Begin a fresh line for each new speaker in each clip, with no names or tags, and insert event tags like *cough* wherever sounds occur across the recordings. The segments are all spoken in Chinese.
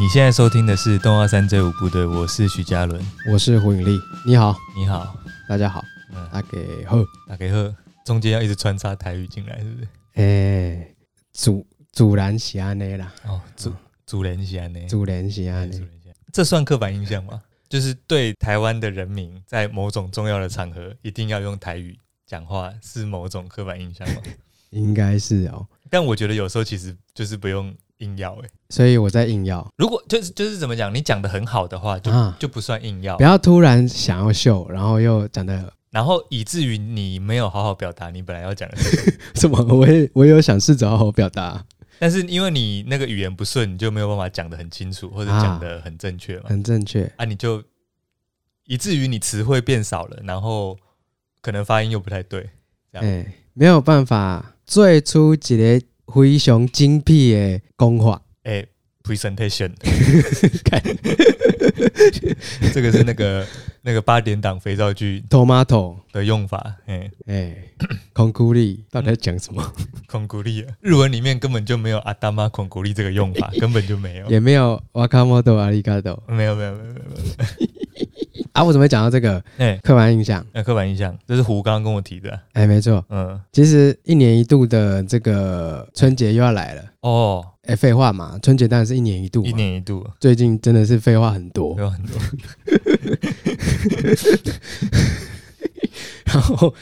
你现在收听的是《动画三这五部队》，我是徐嘉伦。
我是胡永利，你好，
你好，
大家好，
嗯，
大给后，
打给贺，中间要一直穿插台语进来，是不是？
哎、主主人是安尼啦，
哦，主主人喜欢呢，
主人是
哎
安
主
尼，
人喜欢这算刻板印象吗？就是对台湾的人民，在某种重要的场合一定要用台语讲话，是某种刻板印象 *laughs* 吗？
应该是哦，
但我觉得有时候其实就是不用硬要、欸，
所以我在硬要
如果就是就是怎么讲，你讲的很好的话，就、
啊，
就不算硬要
不。要突然想要秀，然后又讲的
然后以至于你没有好好表达你本来要讲的事，
*laughs* 什么，我也我也有想试着好好表达，
但是因为你那个语言不顺，你就没有办法讲的很清楚或者
啊
讲的很正确嘛。
很正确，
啊，你就以至于你词汇变少了，然后可能发音又不太对。这
哎、
样
没有办法，最初一个非常精辟的讲法，
哎、p r e s e n t a t i o
*laughs* 看
n *laughs* 这个是那个 *laughs* 那个八点档肥皂剧
tomato，
的用法。哎、
哎、
*coughs*
空谷里到底在讲什么？
孔古力，日文里面根本就没有阿达玛孔古力这个用法，根本就没有。
也没有 wakamoto arigato
没有没有没有没有没有，
啊，我怎么会讲到这个
哎、
刻板印象？
那刻板印象，这是胡刚刚跟我提的啊、
哎，没错，
嗯，
其实一年一度的这个春节又要来了。
哦，
哎，废话嘛，春节当然是一年一度啊嘛
一年一度
最近真的是废话很多。
有很多，
然后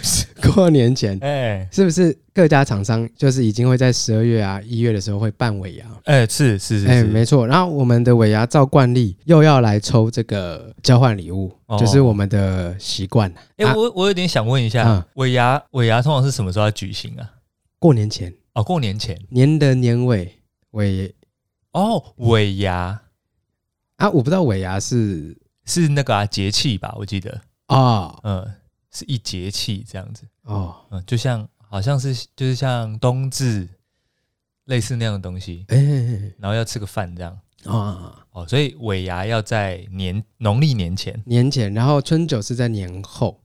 过年前，
哎
是不是各家厂商就是已经会在十二月啊、一月的时候会办尾牙？
哎，是是是，
哎，
是
没错。然后我们的尾牙照惯例又要来抽这个交换礼物，
哦
就是我们的习惯啊
哎，我我有点想问一下
嗯，
尾牙尾牙通常是什么时候要举行啊？
过年前，
哦，过年前
年的年尾尾
哦，尾牙
啊，我不知道尾牙是
是那个啊节气吧？我记得，
哦
嗯，是一节气这样子，
哦，
嗯，就像好像是就是像冬至类似那样的东西，
哎哎
然后要吃个饭这样。
哎啊。
哦，所以尾牙要在年农历年前
年前，然后春酒是在年后。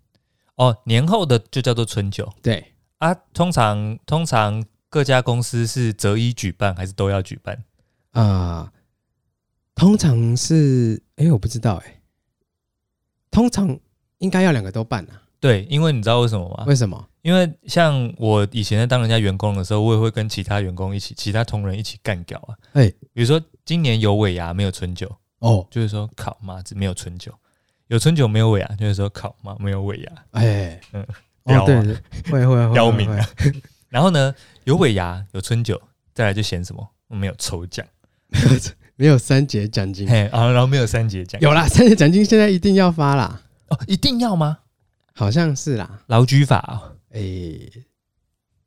哦，年后的就叫做春酒。
对，
啊，通常通常各家公司是择一举办还是都要举办？
啊、通常是，哎，我不知道，哎，通常应该要两个都办啊？
对，因为你知道为什么吗
为？什么？
因为像我以前在当人家员工的时候，我也会跟其他员工一起、其他同仁一起干掉啊。
哎
比如说今年有尾牙没有春酒，
哦，
就是说靠妈这没有春酒；有春酒没有尾牙，就是说靠妈没有尾牙。
哎，
嗯
哦，
刁
对
啊，
会会会，
刁
会
民啊
会
然后呢，有尾牙有春酒，再来就嫌什么没有抽奖，
没有三节奖金，
嘿，啊，然后没有三节奖，
有啦，三节奖金现在一定要发啦，
哦，一定要吗？
好像是啦，
劳居法哦，
哎，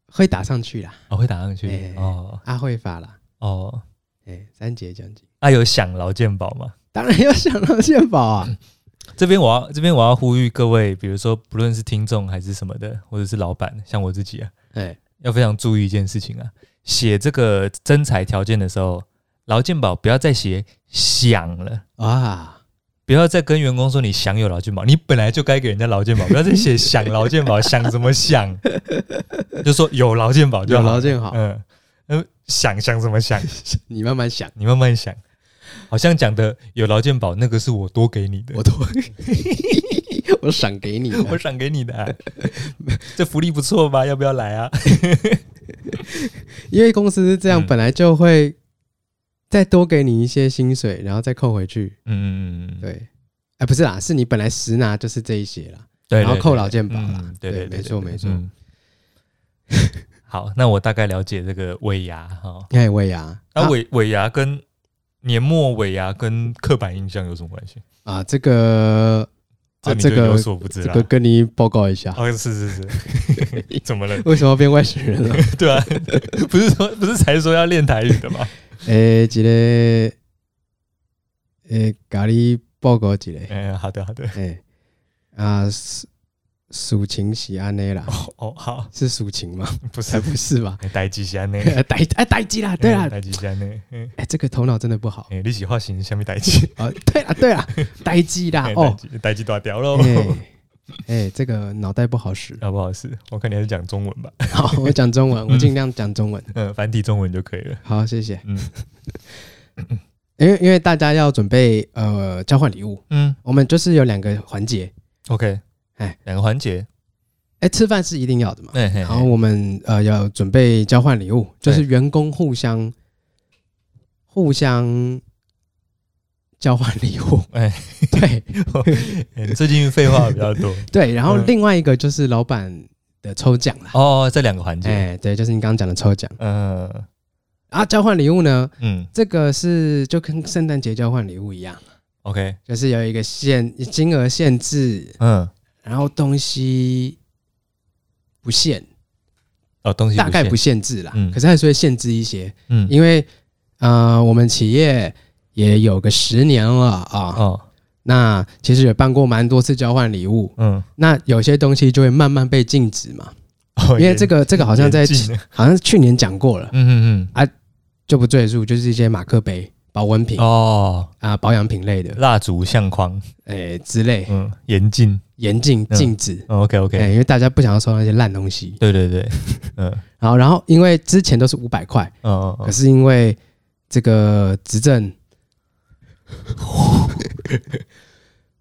会打上去啦，
哦会打上
哎
去哦
啊，会发啦，
哦。
哎，三节奖金，
啊，有享劳健保吗？
当然要想到健保
嗯
啊，
这边我要这边我要呼吁各位，比如说不论是听众还是什么的，或者是老板，像我自己啊，
哎，
要非常注意一件事情啊，写这个征才条件的时候，劳健保不要再写享了。
啊。
不要再跟员工说你享有劳健保，你本来就该给人家劳健保，不要再写享劳健保，享什么享？ *laughs* 就说有劳健保就
有
好。
劳健好，
嗯，呃，想想什么想？
你慢慢想，
你慢慢想，好像讲的有劳健保那个是我多给你的，
我都我赏给你了，
*laughs* 我赏给你的啊、这福利不错吧？要不要来啊？
因为公司这样
嗯
本来就会再多给你一些薪水，然后再扣回去。
嗯嗯嗯，
对，哎、不是啦，是你本来实拿就是这一些啦，
嗯对
然后扣劳健保啦。
对对，
没错没错。
嗯 *laughs* 好，那我大概了解这个尾牙哈，
哎、喂呀，
那
啊
尾尾牙跟年末尾牙跟刻板印象有什么关系？
啊，这个啊
你
这
就有
个
所不知
这
啦。
个跟你报告一下，
哦，是是是， *laughs* 怎么了？
为什么变外星人了？
对啊， *laughs* 不是说不是才说要练台语的 *laughs* 吗？
哎、一个哎，咖喱报告一个，哎、
嗯，好的好的，
啊，属属情是安内啦，
哦啊好，
是属情吗？
不
才
是哎
不是吧？
代志下 *laughs* 呢，
代 *laughs* 哎代机啦，对啦，
代志下呢，嗯
哎、这个头脑真的不好
哎，你喜欢型下面代志？
啊、对啦，
*laughs*
对啦，呆机啦
哎，
哦，，
代机大掉喽
哎、，哎、这个脑袋不好使。
*laughs* 好不好使？我看你还是讲中文吧，
好，我讲
嗯 *laughs*
中文，我尽量讲中文。
嗯，繁体中文就可以了。
好，谢谢。
嗯，
*coughs* 因为因为大家要准备呃交换礼物，
嗯
我们就是有两个环节，
，OK，
哎，
两个环节，
哎，吃饭是一定要的嘛，
哎嘿
然后
嘿，
我们呃要准备交换礼物，就是
对
员工互相互相交换礼物，
哎，
对
嗯最近废话比较多
*laughs* 对，然后
嗯
另外一个就是老板的抽奖啦，
哦，这两个环节，
哎，对，就是你刚刚讲的抽奖，
嗯
然后交换礼物呢，
嗯
这个是就跟圣诞节交换礼物一样，
，OK，
就是有一个限金额限制，
嗯，
然后东西不限，
哦，东西
大概
限
不，限制啦，
嗯
可是还是会限制一些，
嗯，
因为呃，我们企业也有个十年了啊，
哦，
那其实也办过蛮多次交换礼物，
嗯，
那有些东西就会慢慢被禁止嘛，
哦
因为这，
也
个这个好像在
严禁
好像是去年讲过了，
嗯嗯
就不赘述，就是一些马克杯、保温瓶
嗯，哦，
啊、保养品类的，
蜡烛、相框，
诶之类，
嗯，严禁
严禁
嗯
禁止。
，OK
对，
OK，
因为大家不想要收那些烂东西。
对对对，嗯
然后，然后因为之前都是五百块，
嗯嗯
可
嗯，
是因为这个执政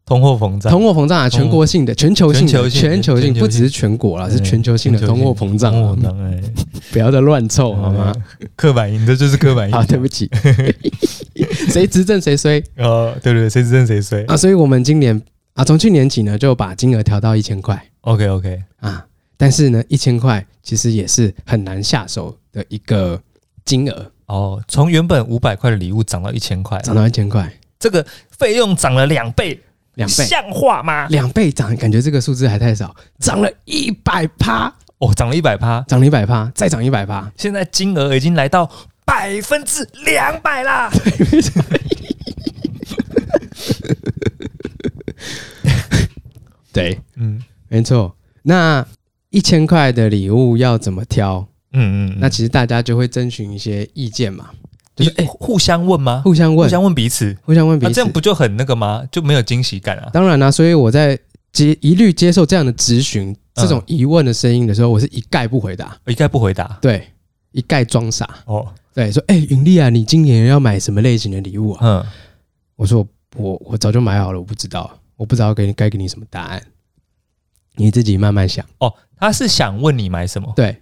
通货膨胀，
通货膨胀啊，全国性的、全球性的、
全球性
全球性，
全球性
不只是全国啦，
嗯
是全球性的通货膨胀
通货
啊
膨，胀，哎，
不要再乱凑好吗？
嗯？刻板印，这就是刻板印
*laughs* 好，，对不起，谁执政谁衰
哦，对对对，谁执政谁衰
啊！所以我们今年啊，从去年起呢，就把金额调到一千块
，OK OK，
啊，但是呢，一千块其实也是很难下手的一个金额，
哦，从原本五百块的礼物涨到一千块，
涨到一千块，
这个费用涨了两倍，
两倍。
像话吗？
两倍涨，感觉这个数字还太少，涨了一百趴，
哦，涨了一百趴，
涨了一百趴，再涨一百趴， *laughs*
现在金额已经来到百分之两百啦。
对，
嗯
没错。那一千块的礼物要怎么挑？
嗯嗯，
那其实大家就会征询一些意见嘛，
就
就是是
哎、互相问吗？
互相
互
问，
相问彼此，
互相问彼
那、
此。
这样不就很那个吗？就没有惊喜感啊。
当然啦、所以我在接一律接受这样的咨询、这种疑问的声音的时候，我是一概不回答，
我一概不回答。
对，一概装傻，
哦，
对，说，哎、云丽啊，你今年要买什么类型的礼物啊？
嗯，
我说我我早就买好了，我不知道，我不知道给你该给你什么答案，你自己慢慢想。
哦，他是想问你买什么，
对，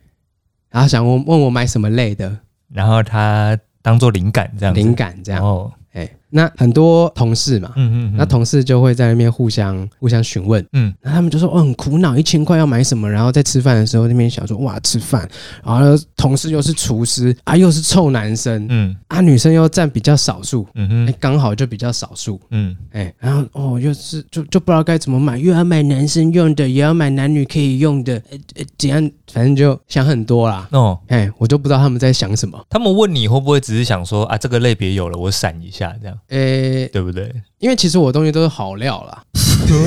然后想问问我买什么类的
然后他当做灵感这样子。
灵感这样。
哦，
哎、那很多同事嘛，
嗯嗯嗯，
那同事就会在那边互相互相询问，
嗯，
那他们就说哦很苦恼，一千块要买什么？然后在吃饭的时候那边想说哇吃饭，然后同事又是厨师啊，又是臭男生、
嗯
啊，女生又占比较少数，
嗯
哎、
哼
刚好就比较少数，
嗯
哎、然后哦，又是就就不知道该怎么买，又要买男生用的，也要买男女可以用的，呃呃，怎样，反正就想很多啦。
哦，
哎、我就不知道他们在想什么。
他们问你会不会只是想说啊，这个类别有了，我闪一下这样，
呃、
对不对
因为其实我的东西都是好料啦，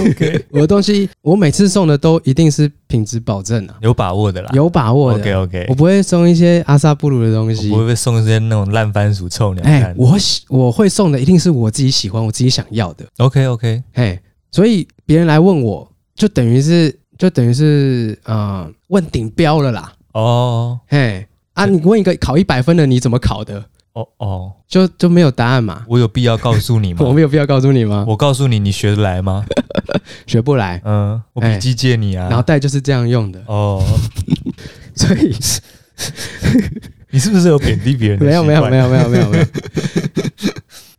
？OK，
我的东西我每次送的都一定是品质保证啊，
*laughs* 有把握的啦。
有把握
OK
的。
OK，
我不会送一些阿萨布鲁的东西
我。会被送一些那种烂番薯、臭鸟
哎、
蛋。
我喜我会送的一定是我自己喜欢、我自己想要的。
OK OK，
哎、所以别人来问我，就等于是就等于是呃问顶标了啦。
哦
嘿，啊，你问一个考一百分的，你怎么考的？
哦哦，
就就没有答案嘛？
我有必要告诉你吗
*laughs* 我？没有必要告诉你吗？
我告诉你，你学得来
*laughs*
吗？
学不来，
嗯，我笔记借你啊。
脑袋就是这样用的，
哦，*laughs*
所以
你是不是有贬低别人的？
没有没有没。有没有没有
*laughs*
没有，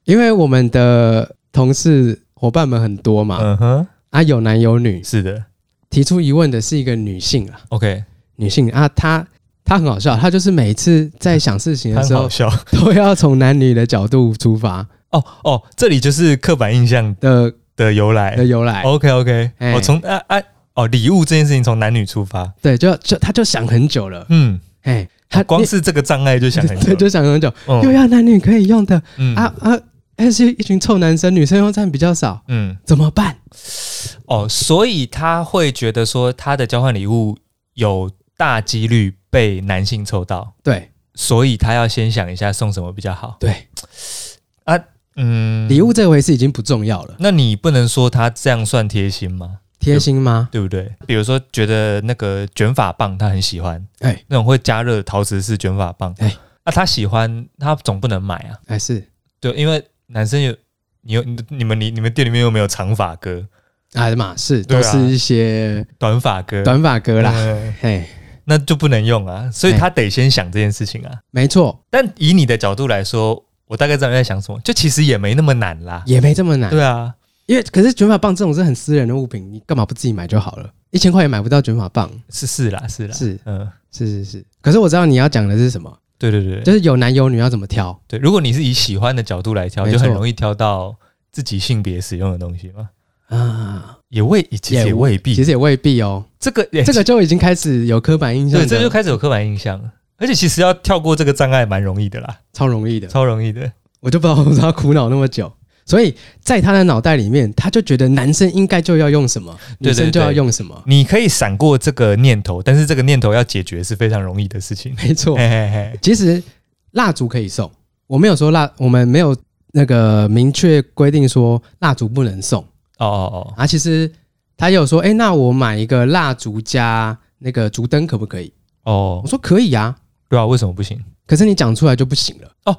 因为我们的同事伙伴们很多嘛，
嗯哼，
啊，有男有女，
是的。
提出疑问的是一个女性啊，
OK，
女性啊，她她很好笑，她就是每次在想事情
他很
的时
好
候，
笑。
*laughs* 都要从男女的角度出发
哦哦，这里就是刻板印象
的
的由来
的。由来，
OK OK，
哎
我从啊啊哦，礼物这件事情从男女出发。
对，就就她就想很久了，
嗯，
哎，她
光是这个障碍就想很久
*laughs* 对，。就想很久，
嗯
又要男女可以用的、
嗯
啊啊，但是一群臭男生，女生又占比较少，
嗯。
怎么办？
哦，所以他会觉得说他的交换礼物有大几率被男性抽到，
对
所以他要先想一下送什么比较好。
对，
嗯，
礼物这回事已经不重要了，
那你不能说他这样算贴心吗？
贴心吗？
对不对？比如说觉得那个卷发棒他很喜欢，
哎
那种会加热的陶瓷式卷发棒，
哎
那、他喜欢，他总不能买啊，
还是
对，因为男生有你有你你们你你们店里面又没有长发哥、
啊嘛是，
对
都
啊
是一些
短发哥、
短发哥啦，
嗯
嘿，
那就不能用啊，所以他得先想这件事情啊。
没错，
但以你的角度来说，我大概知道你在想什么，就其实也没那么难啦。
也没这么难，
对啊，
因为可是卷发棒这种是很私人的物品，你干嘛不自己买就好了？一千块也买不到卷发棒，
是是啦是啦，
是
嗯，
是是是。可是我知道你要讲的是什么，
对对对
就，是有男有女要怎么挑，
对，如果你是以喜欢的角度来挑，
没
就
错
很容易挑到自己性别使用的东西嘛。
啊，
也未，其实也未必。
其实也未必哦。
这个也
这个就已经开始有刻板印象
对，
的，
这就开始有刻板印象了。而且其实要跳过这个障碍蛮容易的啦，
超容易的。
超容易的。
我就不知道我知道苦恼那么久，所以在他的脑袋里面，他就觉得男生应该就要用什么，
对对
女生就要
对
用什么，
你可以闪过这个念头，但是这个念头要解决是非常容易的事情。
没错。
嘿嘿嘿，
其实蜡烛可以送，我没有说蜡，我们没有那个明确规定说蜡烛不能送
哦哦
啊。其实他也有说，哎、那我买一个蜡烛加那个烛灯可不可以？
哦哦，
我说可以啊，
对啊，为什么不行？
可是你讲出来就不行了。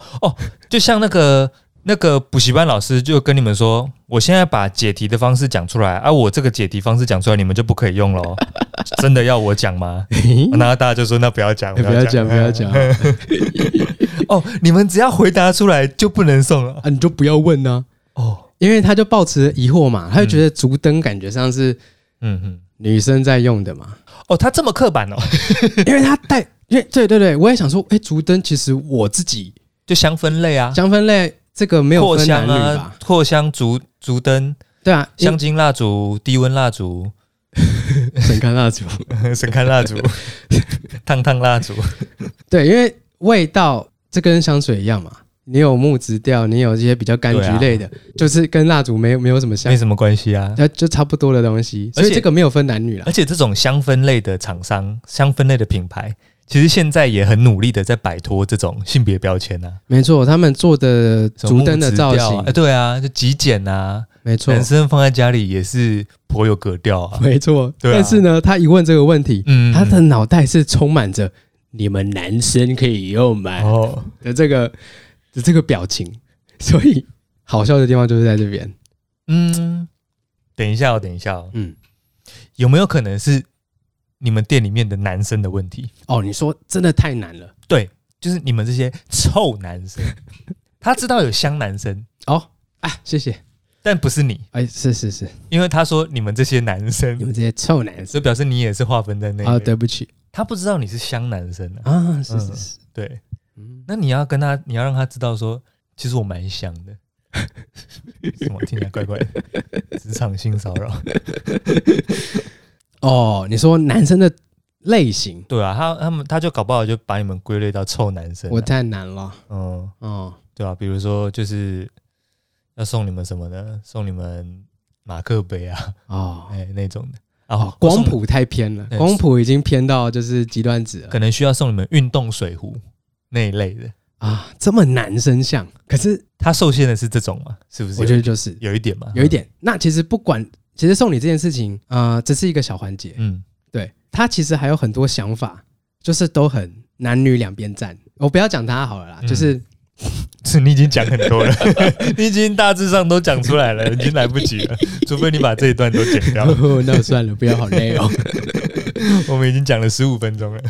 就像那个那个补习班老师就跟你们说，我现在把解题的方式讲出来，啊，我这个解题方式讲出来，你们就不可以用 *laughs* 咯。真的要我讲吗？ *laughs* 那大家就啊说那不要 *laughs* 讲，
*laughs* 不要讲，不要讲啊！
哦，你们只要回答出来就不能送了。
啊你就不要问呢、
哦，
因为他就抱持疑惑嘛，他就觉得烛灯感觉上是
嗯嗯，
女生在用的嘛， *laughs*
哦，他这么刻板哦，
因为他带，因为对对对，我也想说，哎、烛灯其实我自己
*laughs* 就香氛类啊，
香氛类这个没有
扩
分男
香
女吧
啊？，扩香烛烛灯、
对啊，
香精蜡烛、低温蜡
*laughs*
烛、
神龛蜡烛，
神龛蜡烛、 *laughs* 烫烫蜡烛，
对，因为味道这跟香水一样嘛，你有木质调，你有一些比较柑
啊
橘类的，就是跟蜡烛没有没有什么像
没，什么关系啊。
它就差不多的东西，
而且
所以这个没有分男女啦
而。且这种香氛类的厂商、香氛类的品牌，其实现在也很努力的在摆脱这种性别标签啊，
没错，他们做的
什么
烛灯的
木质调
造
啊
型
哎，对啊，就极简啊，
没错
男，生放在家里也是颇有格调啊。
没错。
对啊
但是呢，他一问这个问题，
嗯
他的脑袋是充满着你们男生可以用吗？
哦，
的这个的这个表情，所以好笑的地方就是在这边。
嗯，等一下、哦，等一下、哦，
嗯，
有没有可能是你们店里面的男生的问题？
哦，你说真的太难了
就是你们这些臭男
*laughs*
生，他知道有香男生，
啊！谢谢。
但不是你，
哎，是是是，
因为他说你们这些男
你
生，
们这些臭男
所
生
以表示你也是划分在内
啊，
的。
对不起
他不知道你是香男生啊。
啊，是是是，
对，
嗯，
那你要跟他，你要让他知道说，其实我蛮香
*laughs*
的。什么听起来怪怪的？职场性骚扰？
哦，你说男生的类型，
对啊，他他们他就搞不好就把你们归类到臭男生啊、
我太难了，
嗯，
哦，
对啊，比如说就是要送你们什么呢？送你们马克杯啊，
哦。
哎、那种的。
哦
啊，，
光
送
谱太偏了，
对
光谱已经偏到就是极端值了
可能需要送你们运动水壶那一类的。
啊！这么男生像，可是
他受限的是这种嘛？是不是？嗯
我觉得就是
有一点嘛，
有一点。那其实不管，其实送礼这件事情，呃，只是一个小环节，
嗯，
对他其实还有很多想法，就是都很男女两边站。我不要讲他好了啦，
嗯
就是
是你已经讲很多了， *laughs* 你已经大致上都讲出来了，已经来不及了，除非你把这一段都剪
*laughs*
掉。
哦那算了，不要好累
*laughs*
哦。
我们已经讲了十五分钟了，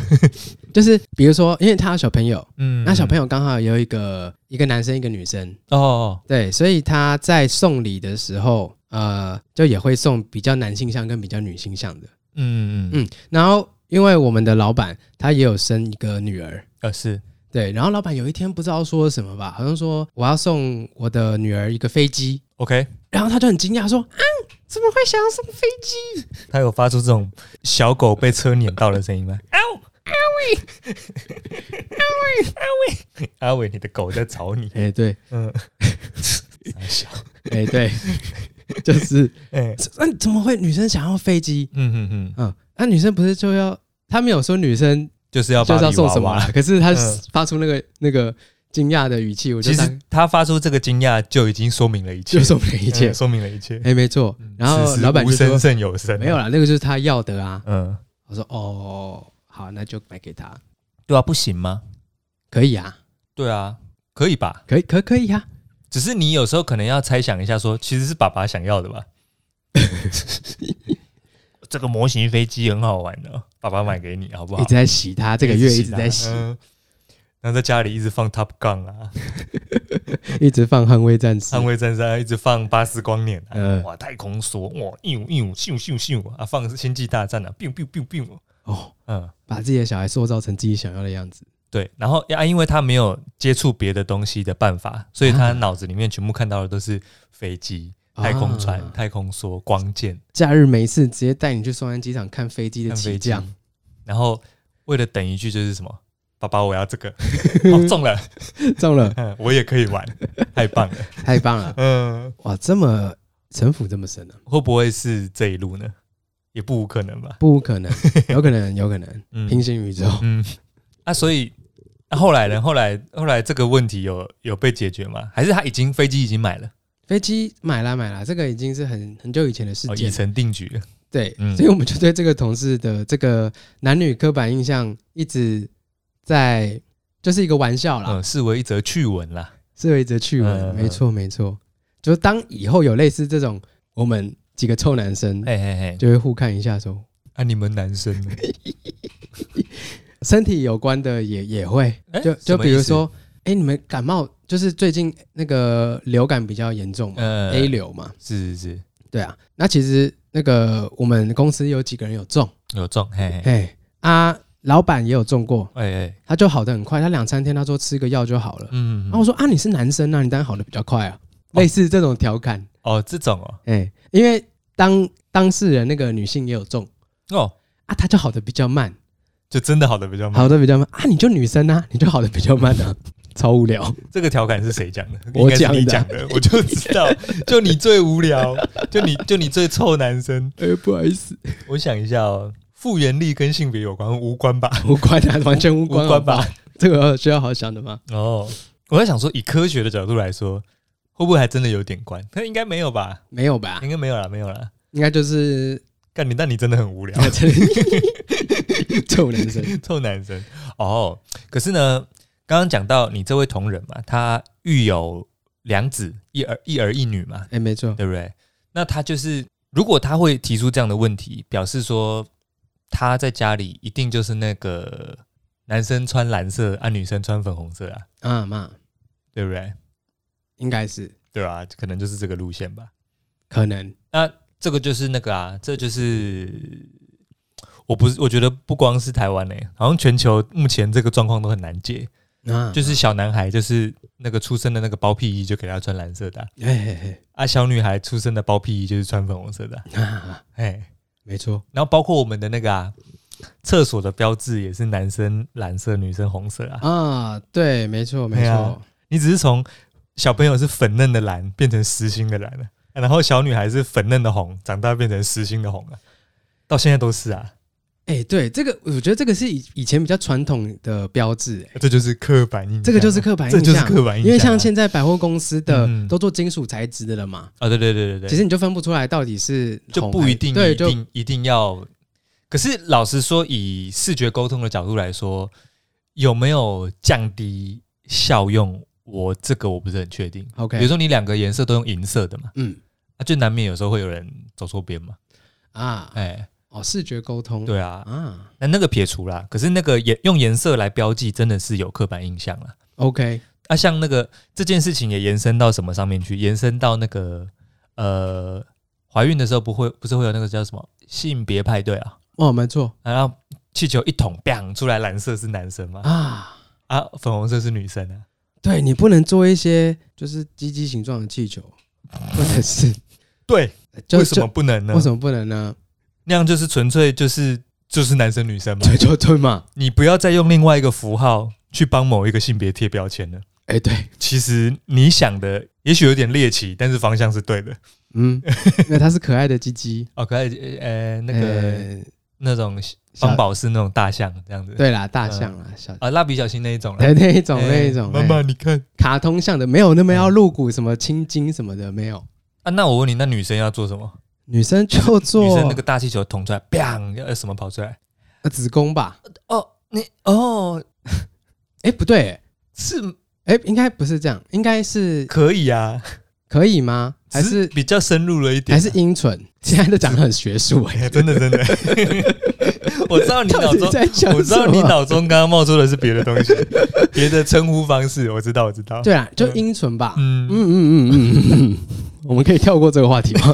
就是比如说，因为他有小朋友，
嗯
那小朋
友
友刚好有一个一个男生一个女生，
哦，
对，所以他在送礼的时候，呃，就也会送比较男性向跟比较女性向的，
嗯嗯，
嗯，然后。因为我们的老板他也有生一个女儿，
呃是，
对，然后老板有一天不知道说什么吧，好像说我要送我的女儿一个飞机，
OK，
然后他就很惊讶说：“啊，怎么会想要送飞机？
他有发出这种小狗被车碾到的声音吗？嗷 *laughs* 阿伟，阿伟，阿伟，阿伟，你的狗在找你。
哎、对，
嗯，傻小，
哎、对， *laughs* 就是，
哎，
那、怎么会女生想要飞机？
嗯嗯嗯，
嗯，那、女生不是就要，他没有说女生
就是要
就
芭
是要
比
送
娃
什么啊
娃
啦，。可是他
嗯
发出那个、那个惊讶的语气，我就
其实
当
他发出这个惊讶就已经说明了一切，
就说明一切
嗯，说明了一切。
哎、没错
嗯。
然后
此时
老板
无
就
声
说
胜啊有声、：“
没有
了。
啦，那个就是他要的啊。
嗯，”
我说：“哦，好，那就买给他，
对啊，不行吗？
可以啊，
对啊，可以吧？
可以，可可以啊。
只是你有时候可能要猜想一下说其实是爸爸想要 *laughs* 的吧。这个模型飞机很好玩的、爸爸买给你好不好？
一直在洗它，这个月一直
洗它
在洗，
嗯然后在家里一直放 Top Gun
*laughs*
啊，
一直放《捍卫战士
捍》。卫战士啊，一直放巴斯光年啊，
嗯
哇，太空梭，哇，一五一五，咻咻咻啊，放星际大战啊，biu biu biu biu，
哦，
嗯，
把自己的小孩塑造成自己想要的样子。
对，然后啊，因为他没有接触别的东西的办法，所以
啊
他脑子里面全部看到的都是飞机、太空船、
啊
太空梭、光剑、
假日没事，直接带你去松山机场看飞机的
看
起
飞机
降。。
然后为了等一句就是什么？爸爸，我要这个， *laughs* 哦、中了，
中了，
嗯我也可以玩，太棒
*laughs*
了。
太棒了！
嗯，
哇，这么城府这么深啊？
会不会是这一路呢？也不无可能吧。
不可能，有可能，有可能，
嗯
平行宇宙。
嗯，啊，所以、啊、后来呢？后来后来这个问题有有被解决吗？还是他已经飞机已经买了，
飞机买啦买啦，这个已经是很很久以前的事
哦，已
件了。
成定局了。
对，
嗯
所以我们就对这个同事的这个男女刻板印象一直在，就是一个玩笑啦，
嗯，视为一则趣闻啦。
是有一则趣闻。
嗯嗯
没错，没错，就是当以后有类似这种，我们几个臭男生
嘿嘿嘿，
就会互看一下说，
啊，你们男生
*laughs*
呢？
身体有关的也也会，
哎
就
什
就
么
比
意
如
思
说，哎、你们感冒就是最近那个流感比较严重嘛、
嗯
a 流嘛，
是是是，
对啊。那其实那个我们公司有几个人有中，
有中，嘿嘿，
哎啊，老板也有中过，
哎哎，
他就好的很快，他两三天他说吃个药就好了。
嗯
然后我，说啊，你是男生啊，你当然好的比较快啊，
哦
类似这种调侃，
哦，这种哦，
哎、因为当当事人那个女性也有中
哦，
啊，她就好的比较慢，
就真的好的比较慢。
好的比较慢啊，你就女生啊，你就好的比较慢啊， *laughs* 超无聊。
这个调侃是谁讲的？
我
应该是
讲的
你讲的，我就知道，就你最无聊，就你就你最臭男生。
哎、不好意思，
我想一下哦，复原力跟性别有关无关吧？
无关啊，完全无关
无关吧
好不好？这个需要好好想的吗？
哦，我在想说，以科学的角度来说，会不会还真的有点关？那应该没有吧？
没有吧？
应该没有啦，没有啦。
应该就是
干你，但你真的很无
*laughs*
聊。
臭男生，
*laughs* 臭男生哦。可是呢，刚刚讲到你这位同仁嘛，他育有两子，一儿一儿一女嘛
哎、，没错，
对不对？那他就是，如果他会提出这样的问题，表示说他在家里一定就是那个男生穿蓝色，啊，女生穿粉红色啊，
啊嘛，
对不对？
应该是
对啊，可能就是这个路线吧。
可能
这个就是那个啊，这就是我不是，我觉得不光是台湾嘞、欸好像全球目前这个状况都很难解。
啊，
就是小男孩，就是那个出生的那个包屁衣，就给他穿蓝色的啊
哎哎
啊；小女孩出生的包屁衣就是穿粉红色的啊，
哎啊，
哎。
没错，
然后包括我们的那个啊，厕所的标志也是男生蓝色，女生红色啊。
啊，对，没错，没
对
错
啊，你只是从小朋友是粉嫩的蓝变成实心的蓝了、啊然后小女孩是粉嫩的红，长大变成实心的红了、到现在都是啊。
哎、对，这个我觉得这个是以以前比较传统的标志、哎，
这就是刻板印象啊，
这个就是刻板
这
印
就是
象，
刻板印象啊，
因为像现在百货公司的
嗯
都做金属材质的了嘛，
啊，对对对对对，
其实你就分不出来到底是
就
红
不
还
一定
对，
一
就
定一定要。可是老实说，以视觉沟通的角度来说，有没有降低效用？我这个我不是很确定。比
OK，
如说你两个颜色都用银色的嘛，
嗯
啊，就难免有时候会有人走错边嘛。
啊，
哎，
哦，视觉沟通，
对啊，
啊
那那个撇除啦。可是那个颜用颜色来标记，真的是有刻板印象啦。
，OK，
啊，像那个这件事情也延伸到什么上面去？延伸到那个呃，怀孕的时候不会不是会有那个叫什么性别派对啊？
哦，没错
然后气球一捅，砰出来，蓝色是男生嘛，
啊，
啊，粉红色是女生啊，
对你不能做一些就是鸡鸡形状的气球，或者是
对，
就
为什么不能
就
呢？
为什么不能呢？ *laughs*
那样就是纯粹就是就是男生女生嘛，
对就对嘛，
你不要再用另外一个符号去帮某一个性别贴标签了。
哎，对，
其实你想的也许有点猎奇，但是方向是对的。
嗯，因为它是可爱的鸡鸡，
哦，可以，呃，那个、
呃
那种
小
方宝是那种大象这样子，
对啦，大象啦，小
啊，蜡笔小新那一种啦
哎， *laughs* 那一种
嗯哎
那一种，
妈
哎
妈你看
卡通像的没有那么要露骨什么青筋什么的没有，
啊，那我问你，那女生要做什么？
女生就做
女生那个大气球捅出来，砰，要什么跑出来？
呃子宫吧？
哦，你哦，
哎，不对，
是
哎，应该不是这样，应该是
可以啊，
可以吗？还
只
是
比较深入了一点啊，
还是阴唇？现在都讲的很学术
*laughs*
哎、
哎真的真的， *laughs* 我知道你
到
脑
底
中，
在讲
我知道
什
你
么
脑中刚刚冒出的是别的
*laughs*
东西，别的称呼方式，我知道我知道，
对啊，就阴唇吧。嗯
嗯，
嗯嗯嗯嗯嗯， *laughs* 我们可以跳过这个话题吗？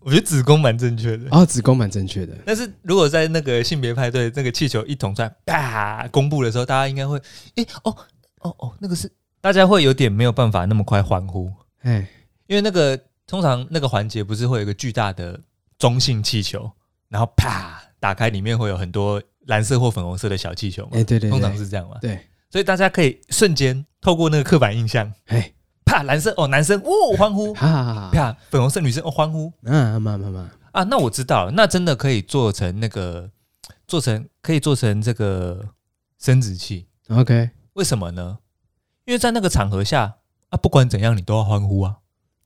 我觉得子宫蛮正确的。
哦，子宫蛮正确的。
但是如果在那个性别派对，那个气球一捅出来，啪公布的时候，大家应该会，诶，哦哦哦，那个是大家会有点没有办法那么快欢呼，
哎，
因为那个通常那个环节不是会有一个巨大的中性气球，然后啪打开，里面会有很多蓝色或粉红色的小气球嘛，
哎，对对对，
通常是这样嘛，
对，
所以大家可以瞬间透过那个刻板印象，
哎，
啪蓝色哦男生哦欢呼，
哈哈哈哈，
啪粉红色女生哦欢呼
嗯，妈妈妈，
啊，那我知道了，那真的可以做成那个做成可以做成这个生殖器，
OK，
为什么呢？因为在那个场合下啊，不管怎样你都要欢呼啊，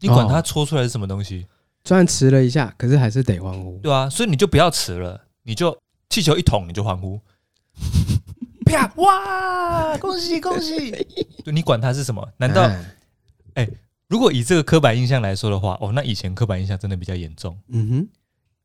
你管它
哦
搓出来是什么东西。
虽然迟了一下，可是还是得欢呼。
对啊，所以你就不要迟了，你就气球一捅你就欢
*laughs*
呼，啪哇，恭喜恭喜！对你管它是什么？难道
哎
如果以这个刻板印象来说的话，哦，那以前刻板印象真的比较严重，
嗯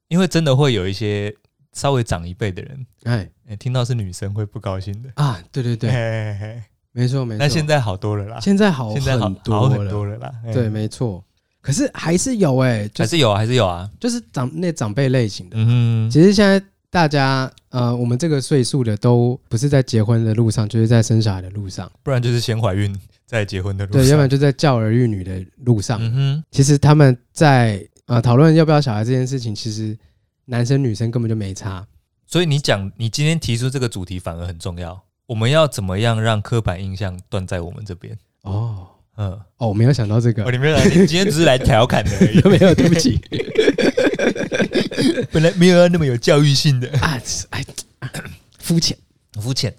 因为真的会有一些稍微长一辈的人，
哼，哎
哎听到是女生会不高兴的。
啊，对对对，
嘿嘿嘿
没错没错。
哎那现在好多了啦，
现在好
现在好
很
好
多
很
了，
多了啦。嘿
对，，没错。可是还是有哎，就
还
是
是有啊，还是有啊。
就是长那长辈类型的。
嗯哼，
其实现在大家呃，我们这个岁数的都不是在结婚的路上，就是在生小孩的路上，
不然就是先怀孕再结婚的路上。
对，要不然就在教儿育女的路上。
嗯哼，
其实他们在呃讨论要不要小孩这件事情，其实男生女生根本就没差。
所以你讲，你今天提出这个主题反而很重要。我们要怎么样让刻板印象断在我们这边？
哦
嗯，
哦，我没有想到这个，
哦，，你没有来，你今天只是来调侃的而已
*laughs*
*laughs*
没有，对不起
本来没有要那么有教育性的，
啊，哎，啊肤浅
肤浅。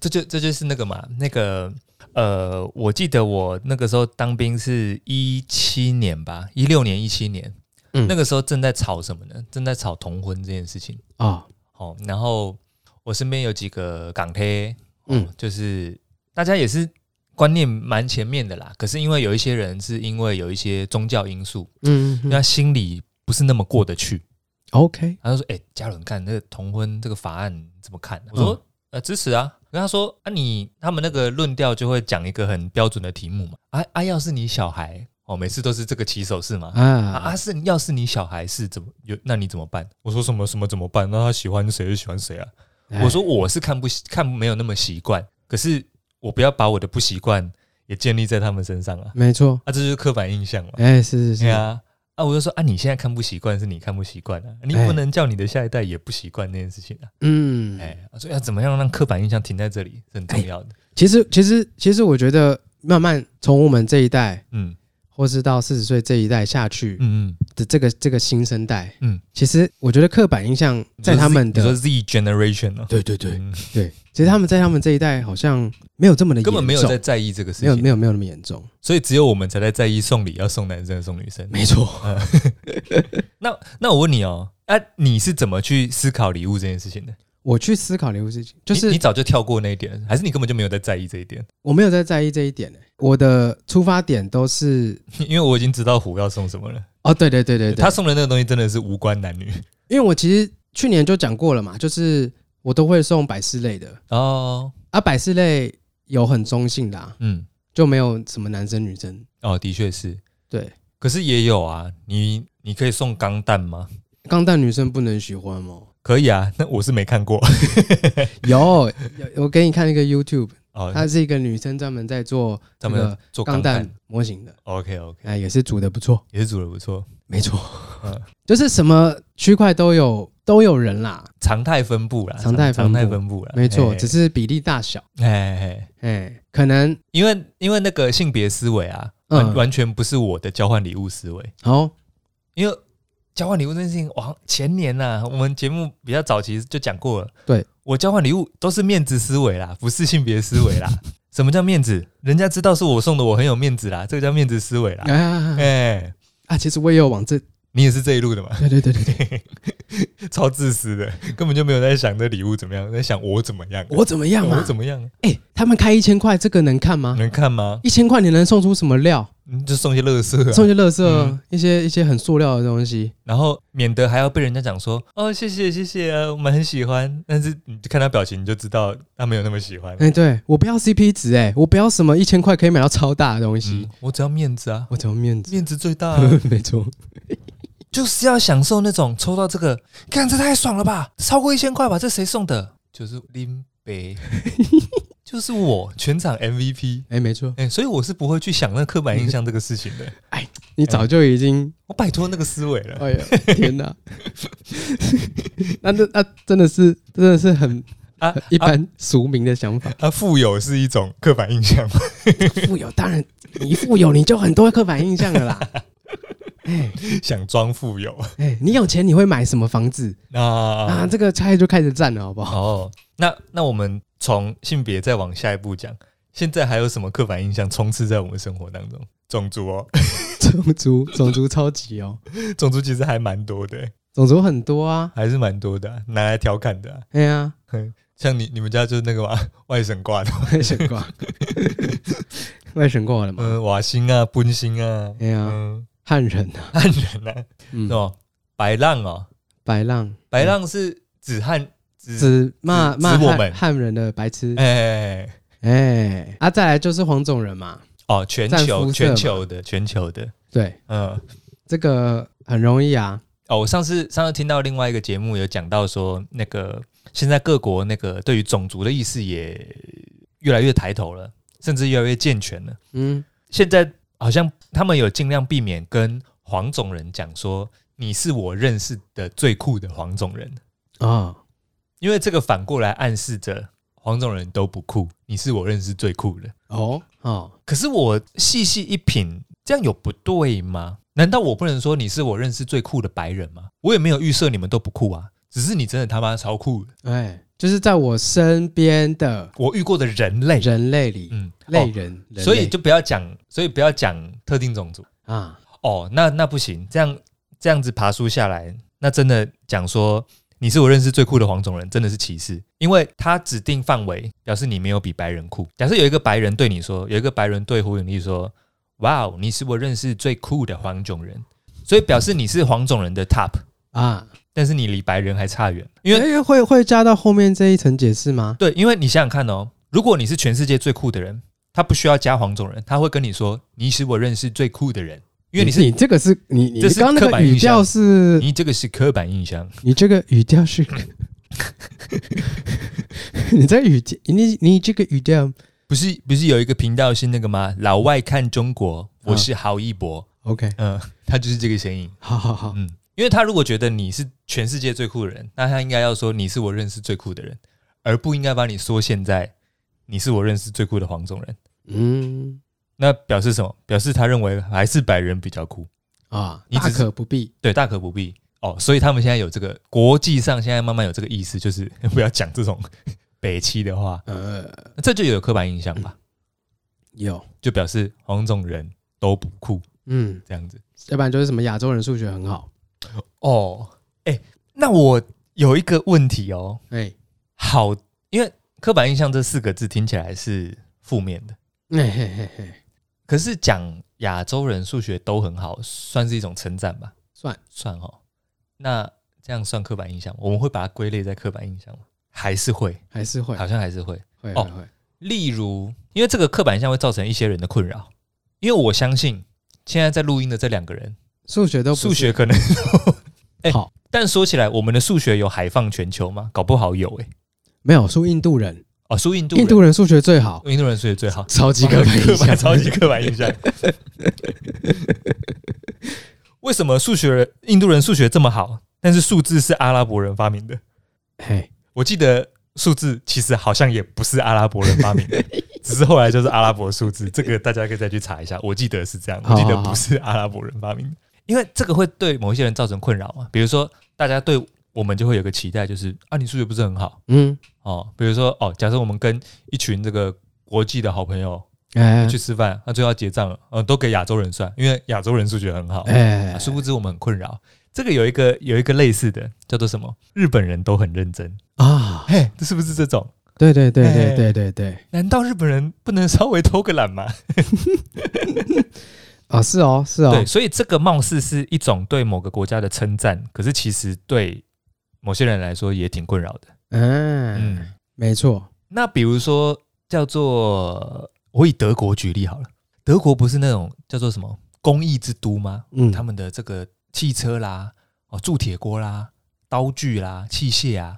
这就这就是那个嘛，那个呃，我记得我那个时候当兵是一七年吧，一六年一七年，
嗯
那个时候正在吵什么呢？正在吵同婚这件事情。
哦，
哦，然后我身边有几个港铁，嗯
嗯，
就是大家也是观念蛮前面的啦。可是因为有一些人是因为有一些宗教因素，
嗯
那、心里不是那么过得去，
，OK，
他就说：“哎、嘉伦，看那个同婚这个法案怎么
嗯
看、我说：“呃，支持啊。”跟他说：“啊你，他们那个论调就会讲一个很标准的题目嘛。啊啊，要是你小孩哦，每次都是这个起手式嘛。啊
啊
啊！是要是你小孩是怎么有，那你怎么办？我说什么什么怎么办？那他喜欢谁就喜欢谁啊！
哎
我说我是看不习看没有那么习惯，可是我不要把我的不习惯也建立在他们身上啊！
没错，
啊，这就是刻板印象嘛。
哎，是是
对
是，
啊，啊，我就说啊，你现在看不习惯是你看不习惯啊，你不
哎
能叫你的下一代也不习惯那件事情啊。
嗯，
哎，所以要怎么样让刻板印象停在这里是很重要的。
其实其实其实我觉得慢慢从我们这一代。
嗯
或是到四十岁这一代下去
嗯嗯，
的这个这个新生代，
嗯
嗯，其实我觉得刻板印象在他们
你说
的，
Z 你说 Z generation 呢？
对对对
嗯
对，其实他们在他们这一代好像没有这么的严
根
重，
本没有在在意这个事
没有
情
没。有没有那么严重，
所以只有我们才在在意送礼要送男生送女生。
没错，
那那我问你哦，啊，你是怎么去思考礼物这件事情的？
我去思考礼物事情，就
你你
是
早就跳过那一点了，还是你根本就没有在在意这一点？
我没有在在意这一点、欸，我的出发点都是
因为我已经知道虎要送什么了。
哦，对对对对对
他，送的那个东西真的是无关男
*laughs*
女
因为我其实去年就讲过了嘛，就是我都会送百事类的，
哦，
啊，百事类有很中性的、啊，
嗯，
就没有什么男生女生，
哦，的确是，
对，
可是也有啊，你你可以送钢弹吗？
钢弹女生不能喜欢哦。
可以啊，那我是没看过
有，
*laughs*
有我给你看一个 YouTube，
哦，
她是一个女生，专门在做
咱们
这个
做
钢
钢
弹
弹
模型的，
，OK OK，
哎，也是煮的不错，
也是煮的不错，
没错
嗯，
*laughs* 就是什么区块都有都有人啦，
常态分布啦，
常态分
常态
布
分布啦，
没错，
嘿
只是比例大小，
嘿嘿嘿
哎，可能
因为因为那个性别思维啊，完、
嗯
完全不是我的交换礼物思维，
哦，
因为交换礼物这件事情，哇，前年呐、我们节目比较早期就讲过了，
嗯对
我交换礼物都是面子思维啦，不是性别思
*laughs*
维啦。什么叫面子？人家知道是我送的，我很有面子啦，这个叫面子思维啦。
啊
哎、
啊，其实我也有往这，
你也是这一路的嘛？ *laughs*
对对对对对，
超自私的，根本就没有在想这礼物怎么样，在想我怎么样，
我怎么样
我
嘛？
怎么样，
哎、他们开一千块，这个能看吗？
能看吗？
一千块你能送出什么料？
嗯就送一些乐色、
送
啊，
一些垃圾，
嗯
一些一些很塑料的东西。
然后免得还要被人家讲说哦，谢谢谢谢啊，我们很喜欢。但是你看他表情，你就知道他没有那么喜欢。
哎、对我不要 CP 值、哎，我不要什么一千块可以买到超大的东西，
嗯我只要面子啊，
我怎么面子？
面子最大、 *laughs* 啊，
*laughs* 没错，
就是要享受那种抽到这个，看这太爽了吧，超过一千块吧，这谁送的？就是林北， *laughs* 就是我全场 MVP。
哎、没错，
哎、所以我是不会去想那刻板印象这个事情 *laughs* 的，
你早就已经，
我摆脱那个思维了。
哎呀，天哪！那那那真的是真的是很
啊
一般俗民的想法。
啊，富有是一种刻板印象 *laughs* 嘛，
富有当然，你富有你就很多刻板印象了 *laughs* 啦。哎
想装富有
哎，你有钱你会买什么房子
那
啊？这个差异就开始占了，好不好？
哦，那那我们从性别再往下一步讲，现在还有什么刻板印象充斥在我们生活当中？种族哦， *laughs*
种族种族超级哦，
种族其实还蛮多的，
种族很多啊。
还是蛮多的啊、拿来调侃的啊、 *laughs*
哎呀，
像你你们家就是那个嘛， *laughs* 外省挂的，
外省挂， *laughs* 外省挂了嘛？
嗯，瓦星啊，奔星啊，
哎呀，
嗯，
汉人啊，
汉人啊，
嗯
是，哦，白浪哦，
白浪
白浪是指汉指，
只骂
指
骂
我
汉
们
汉人的白痴
哎。哎，哎
哎，啊，再来就是黄种人嘛，
哦，全
战
球
肤色
全
嘛
球的全球的，
对，
嗯。
这个很容易啊。
哦，我上次上次听到另外一个节目有讲到说，那个现在各国那个对于种族的意识也越来越抬头了，甚至越来越健全了。
嗯，
现在好像他们有尽量避免跟黄种人讲说你是我认识的最酷的黄种人，
哦，
因为这个反过来暗示着黄种人都不酷，你是我认识最酷的。
哦，哦，
可是我细细一品，这样有不对吗？难道我不能说你是我认识最酷的白人吗？我也没有预设你们都不酷啊，只是你真的他妈超酷的。
哎，就是在我身边的
我遇过的人类，
人类里，
嗯，
类
哦
人，人
所以
类
就不要讲，所以不要讲特定种族。
啊，
哦，那那不行，这样这样子爬书下来，那真的讲说你是我认识最酷的黄种人，真的是歧视，因为他指定范围表示你没有比白人酷。假设有一个白人对你说，有一个白人对胡永丽说：“哇哦，你是我认识最酷的黄种人。”所以表示你是黄种人的 top，
啊，
但是你离白人还差远，因为
因为会会加到后面这一层解释吗？
对，因为你想想看哦，如果你是全世界最酷的人，他不需要加黄种人，他会跟你说：“你是我认识最酷的人。”因为你是
你这个是你你
这是
刚刚那
刻
个
板印
语调是，
你这个是刻板印象。
你这个语调是， *laughs* 你这语调你你这个语调
不是不是有一个频道是那个吗？老外看中国，我是郝一博，
OK，
嗯，他就是这个声音，
好好好，
嗯，因为他如果觉得你是全世界最酷的人，那他应该要说你是我认识最酷的人，而不应该把你缩限在你是我认识最酷的黄种人。
嗯
那表示什么？表示他认为还是白人比较酷，
啊，
你
大
只是
可不必，
对，大可不必哦。所以他们现在有这个国际上现在慢慢有这个意思，就是 *laughs* 不要讲这种北欺的话，
呃，
这就有刻板印象吧，
有，
就表示黄种人都不酷
嗯，
这样子。
要不然就是什么亚洲人数学很好，
哦，哎、那我有一个问题哦，
哎
好，因为刻板印象这四个字听起来是负面的，
哎嘿嘿嘿，
可是讲亚洲人数学都很好，算是一种称赞吧？
算
算哦，那这样算刻板印象吗？我们会把它归类在刻板印象吗？还是会？
还是会
好像还是会。
会
哦
会会，
例如，因为这个刻板印象会造成一些人的困扰，因为我相信现在在录音的这两个人，
数学都不
数
是
学可能哎
*laughs* 好，
但说起来，我们的数学有海放全球吗？搞不好有诶、哎
没有输印度人，
哦，输印度人
印度人数学最好，
印度人数学最好，
超级 *laughs* 刻板印
刻
象，
板 *laughs* 超级刻板印
*laughs*
象。为什么数学人印度人数学这么好，但是数字是阿拉伯人发明的？
嘿，
我记得数字其实好像也不是阿拉伯人发明
*laughs*
的，只是后来就是阿拉伯数字。这个大家可以再去查一下，我记得是这样，我
好
记得
好好
不是阿拉伯人发明的，因为这个会对某一些人造成困扰嘛。比如说，大家对我们就会有个期待，就是啊，你数学不是很好
嗯，
哦。比如说哦，假设我们跟一群这个国际的好朋友
哎
去吃饭，那、最后要结账了，呃，都给亚洲人算，因为亚洲人数学很好。
哎
啊殊不知我们很困扰，这个有一个有一个类似的，叫做什么？日本人都很认真，
啊，
嘿，这是不是这种？
对对对对
哎
对对对，
难道日本人不能稍微偷个懒吗？
啊是哦是哦
对，，所以这个貌似是一种对某个国家的称赞，可是其实对某些人来说也挺困扰的。
嗯，
嗯，
没错，
那比如说叫做我以德国举例好了，德国不是那种叫做什么工艺之都吗？
嗯，
他们的这个汽车啦、哦铸铁锅啦、刀具啦、器械啊，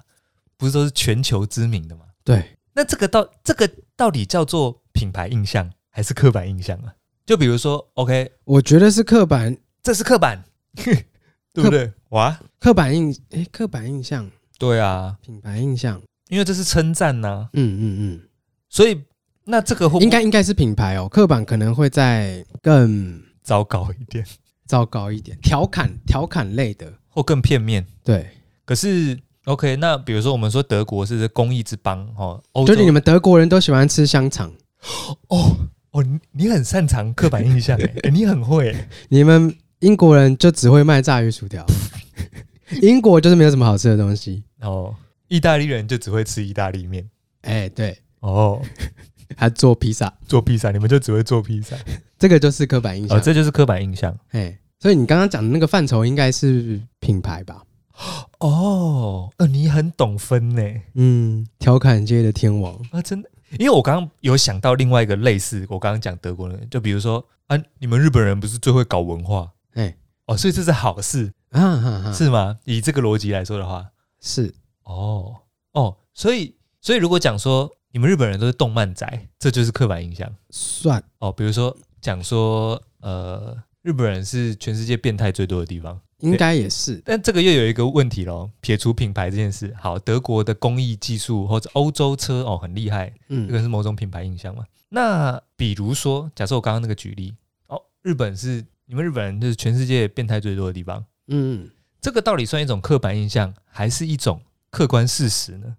不是都是全球知名的吗？
对，
那这个到这个到底叫做品牌印象还是刻板印象啊？就比如说，OK，
我觉得是刻板
这是刻板， *laughs* 对不对？哇，
刻板印哎刻板印象
对啊，
品牌印象，
因为这是称赞呐，
嗯嗯
所以那这个会不
嗯，
会
应该应该是品牌哦，刻板可能会再更
糟糕一点，
糟糕一点，调侃调侃类的，
或更片面。
对，
可是 OK，那比如说我们说德国是工艺之邦哦，欧洲
就是你们德国人都喜欢吃香肠，
哦哦，你你很擅长刻板印 *laughs* 象哎、欸你很会、欸
你们英国人就只会卖炸鱼薯条， *laughs* 英国就是没有什么好吃的东西，
哦。意大利人就只会吃意大利面
哎，对，
哦，
还做披萨，
做披萨你们就只会做披萨
这个就是刻板印
哦，
象，
这就是刻板印象
哎，所以你刚刚讲的那个范畴应该是品牌吧？
哦。呃，你很懂分呢、
嗯，调侃界的天王，
啊，真的，因为我刚刚有想到另外一个类似，我刚刚讲德国人，就比如说啊，你们日本人不是最会搞文化，
哎
哦，所以这是好事、
啊哈哈，
是吗？以这个逻辑来说的话，
是，
哦哦，所以所以如果讲说你们日本人都是动漫宅，这就是刻板印象
算
哦。比如说讲说呃，日本人是全世界变态最多的地方，
应该也是，
但这个又有一个问题喽。撇除品牌这件事，好，德国的工艺技术或者欧洲车哦很厉害，
嗯
这个是某种品牌印象嘛？那比如说，假设我刚刚那个举例，哦，日本是你们日本人就是全世界变态最多的地方，
嗯，
这个到底算一种刻板印象，还是一种客观事实呢？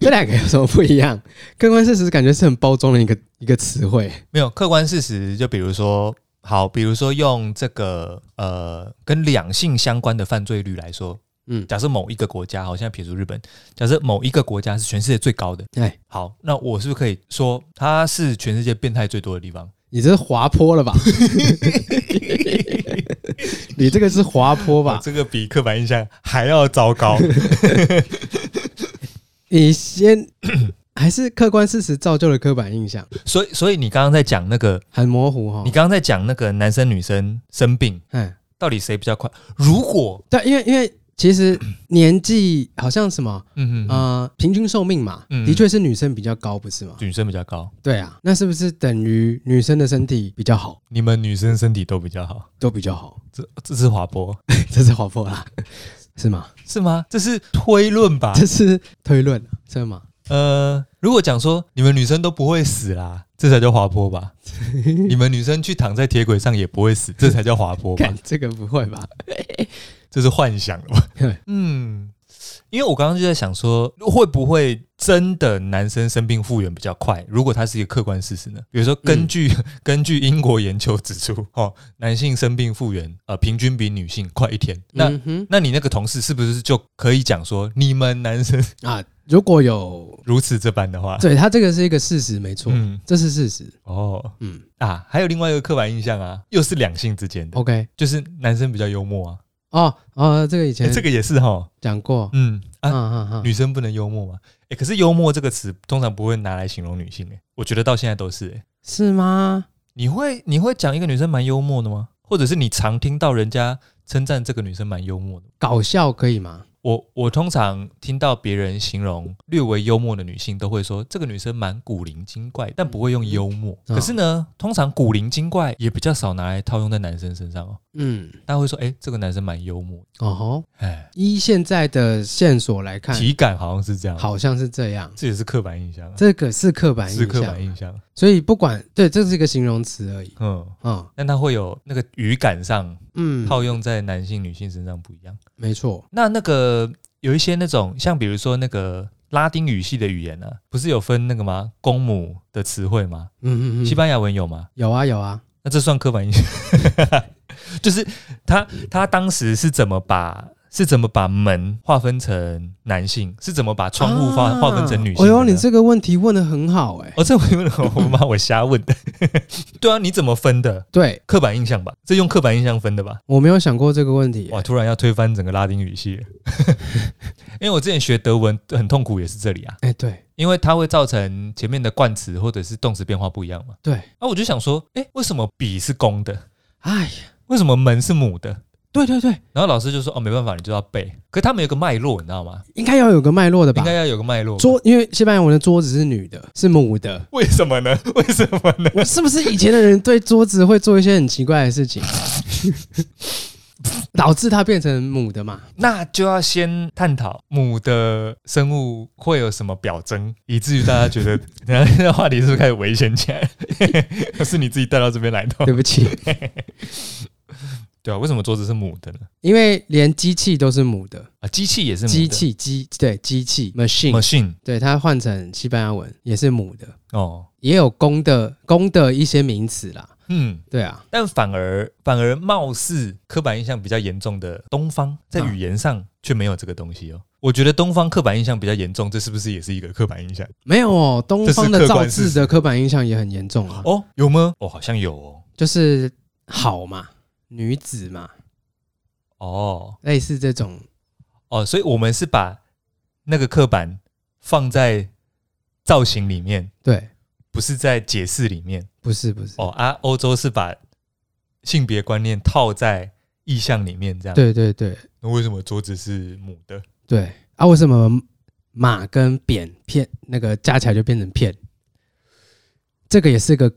这两个有什么不一样？客观事实感觉是很包装的一个一个词汇，
没有客观事实，就比如说，好，比如说用这个呃跟两性相关的犯罪率来说，
嗯，
假设某一个国家，好，现在撇除日本，假设某一个国家是全世界最高的，
哎，
好，那我是不是可以说它是全世界变态最多的地方？
你这是滑坡了
*laughs*
吧？你这个是滑坡吧？
哦这个比刻板印象还要糟 *laughs* 糕。*coughs*
你先还是客观事实造就了刻板印象，
所以，所以你刚刚在讲那个，
很模糊哈
你。刚刚在讲那个男生女生生病，
嗯，
到底谁比较快？如果，
对，因为因为其实年纪好像什么
嗯嗯，
呃，平均寿命嘛，
嗯
的确是女生比较高，不是吗？
女生比较高，
对啊，那是不是等于女生的身体比较好，
你们女生身体都比较好，
都比较好？ *laughs*
这这是滑坡。
这是滑坡
*laughs*
啦，是吗？
是吗？这是推论吧？
这是推论，啊是吗？
呃，如果讲说你们女生都不会死啦，这才叫滑坡
*laughs*
吧？你们女生去躺在铁轨上也不会死，这才叫滑坡吧
看？这个不会吧？
这是幻想
*laughs*
了吧
对？
嗯，因为我刚刚就在想说，会不会真的男生生病复原比较快？如果它是一个客观事实呢？比如说，根据、
嗯
*laughs* 根据英国研究指出，哦，男性生病复原呃平均比女性快一天。那、
嗯哼
那你那个同事是不是就可以讲说，你们男生
啊，如果有
如此这般的话？
*laughs* 对他这个是一个事实，没错，
嗯，
这是事实。
哦
嗯
啊，还有另外一个刻板印象啊，又是两性之间的，
，OK，
就是男生比较幽默啊，
哦哦，这个以前
诶哎这个也是哈，
讲过，
嗯啊，
嗯嗯嗯，
女生不能幽默嘛，哎、可是幽默这个词通常不会拿来形容女性、诶我觉得到现在都是、诶
是吗？
你会你会讲一个女生蛮幽默的吗？或者是你常听到人家称赞这个女生蛮幽默的吗？
搞笑可以吗？
我我通常听到别人形容略微幽默的女性，都会说这个女生蛮古灵精怪，但不会用幽默。
嗯
可是呢，通常古灵精怪也比较少拿来套用在男生身上哦。
嗯，
大家会说，哎、这个男生蛮幽默，
哦吼，
哎，
依现在的线索来看，
体感好像是这样，，
好像是这样。
这也是刻板印象啊，
这个是刻板
是
印
刻板
象，
印象，
所以不管对，这是一个形容词而已。
嗯，
嗯
但它会有那个语感上
嗯，
套用在男性、女性身上不一样。
没错，
那那个有一些那种，像比如说那个拉丁语系的语言呢、啊，不是有分那个吗？公母的词汇吗？
嗯嗯嗯，
西班牙文有吗？
有啊有啊，
那这算刻板印象？ *laughs* 就是他他当时是怎么把是怎么把门划分成男性，是怎么把窗户划
啊
划分成女性
哎
的呢？
呦，你这个问题问的很好哎、
哦，这我问了，我妈我瞎问 *laughs* 的。对啊，你怎么分的？
对
刻板印象吧，这用刻板印象分的吧？
我没有想过这个问题、
哇，突然要推翻整个拉丁语系了， *laughs* 因为我之前学德文很痛苦，也是这里啊，
哎、对
因为它会造成前面的冠词或者是动词变化不一样嘛。
对，
啊，我就想说，哎，为什么笔是公的？
哎呀，
为什么门是母的？
对对对，
然后老师就说，哦，没办法，你就要背。可他们有个脉络，你知道吗？
应该要有个脉络的吧
应？该要有个脉络。。
桌，因为西班牙文的桌子是女的，是母的
为什么呢？ *laughs* 为什么呢？
我是不是以前的人对桌子会做一些很奇怪的
*laughs*
事情，导致它变成母的嘛？
那就要先探讨母的生物会有什么表征，以至于大家觉得， *laughs* 然后这话题是不是开始危险起来？ *laughs* 是你自己带到这边来的哦，
对不起，
对啊？为什么桌子是母的呢？
因为连机器都是母的，
啊，机器也是母的
机器机对机器 machine，
machine
对它换成西班牙文也是母的，
哦，
也有公的公的一些名词啦。
嗯，
对啊，
但反而反而貌似刻板印象比较严重的东方，在
嗯
语言上却没有这个东西哦。我觉得东方刻板印象比较严重，这是不是也是一个刻板印象？
没有哦，东
这
方的
是客
造
观事实
字的刻板印象也很严重啊，
哦，有吗？哦，好像有哦。
就是好嘛，女子嘛，
哦
类似这种
哦，所以我们是把那个刻板放在造型里面，
对。
不是在解释里面。
不是不是，
哦啊，欧洲是把性别观念套在意象里面，这样。
对对对
那为什么桌子是母的？
对啊！为什么马跟扁片那个加起来就变成片？这个也是个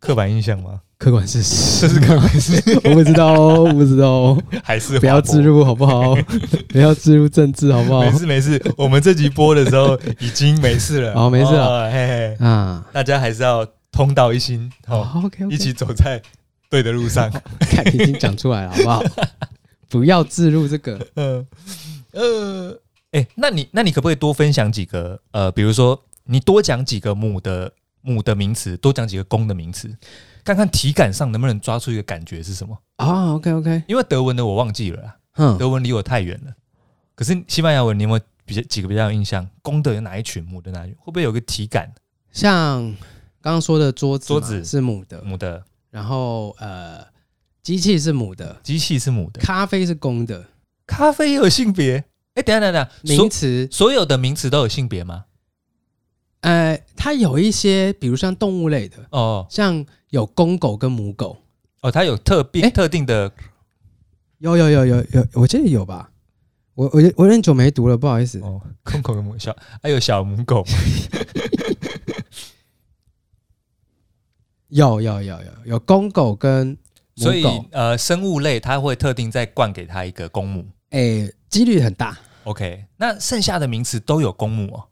刻板印象吗？
客观事实，
这是刻板事实
*laughs* 我不知道哦，我不知道
*laughs*
哦，
*laughs* 还是
不要
滑坡
植入好哦不好？ *laughs* 不要植入政治好不好
没？事没事，我们这集播的时候已经没事了，
哦没事了
哦，嘿嘿，
啊，
大家还是要通道一心，哦，
好 OK，
一起走在对的路上。
看已经讲出来了好不
*laughs*
好？不要置入这个
嗯呃，哎、那你那你可不可以多分享几个呃，比如说你多讲几个母的母的名词，多讲几个公的名词，看看体感上能不能抓出一个感觉是什么？
啊，OK OK，
因为德文的我忘记了啦，
嗯，
德文离我太远了。可是西班牙文你有没有比较几个比较有印象？公的有哪一群，母的哪一群？会不会有个体感？
像刚刚说的桌子嘛，
桌子嗯
是母的，
母的
然后呃，机器是母的，
机器是母的，
咖啡是公的，
咖啡也有性别？哎、等一下等一下，
名
所
词，
所有的名词都有性别吗？
呃，它有一些，比如像动物类的，
哦
像有公狗跟母狗，
哦，它有特别、
诶
特定的
有有有有有，我记得有吧？我我我有点久没读了，不好意思。
哦，公狗跟母小，还有小母狗
有有有有有公狗跟母
所以
狗，
呃，生物类它会特定再灌给它一个公母。
哎、几率很大。
OK，那剩下的名词都有公母哦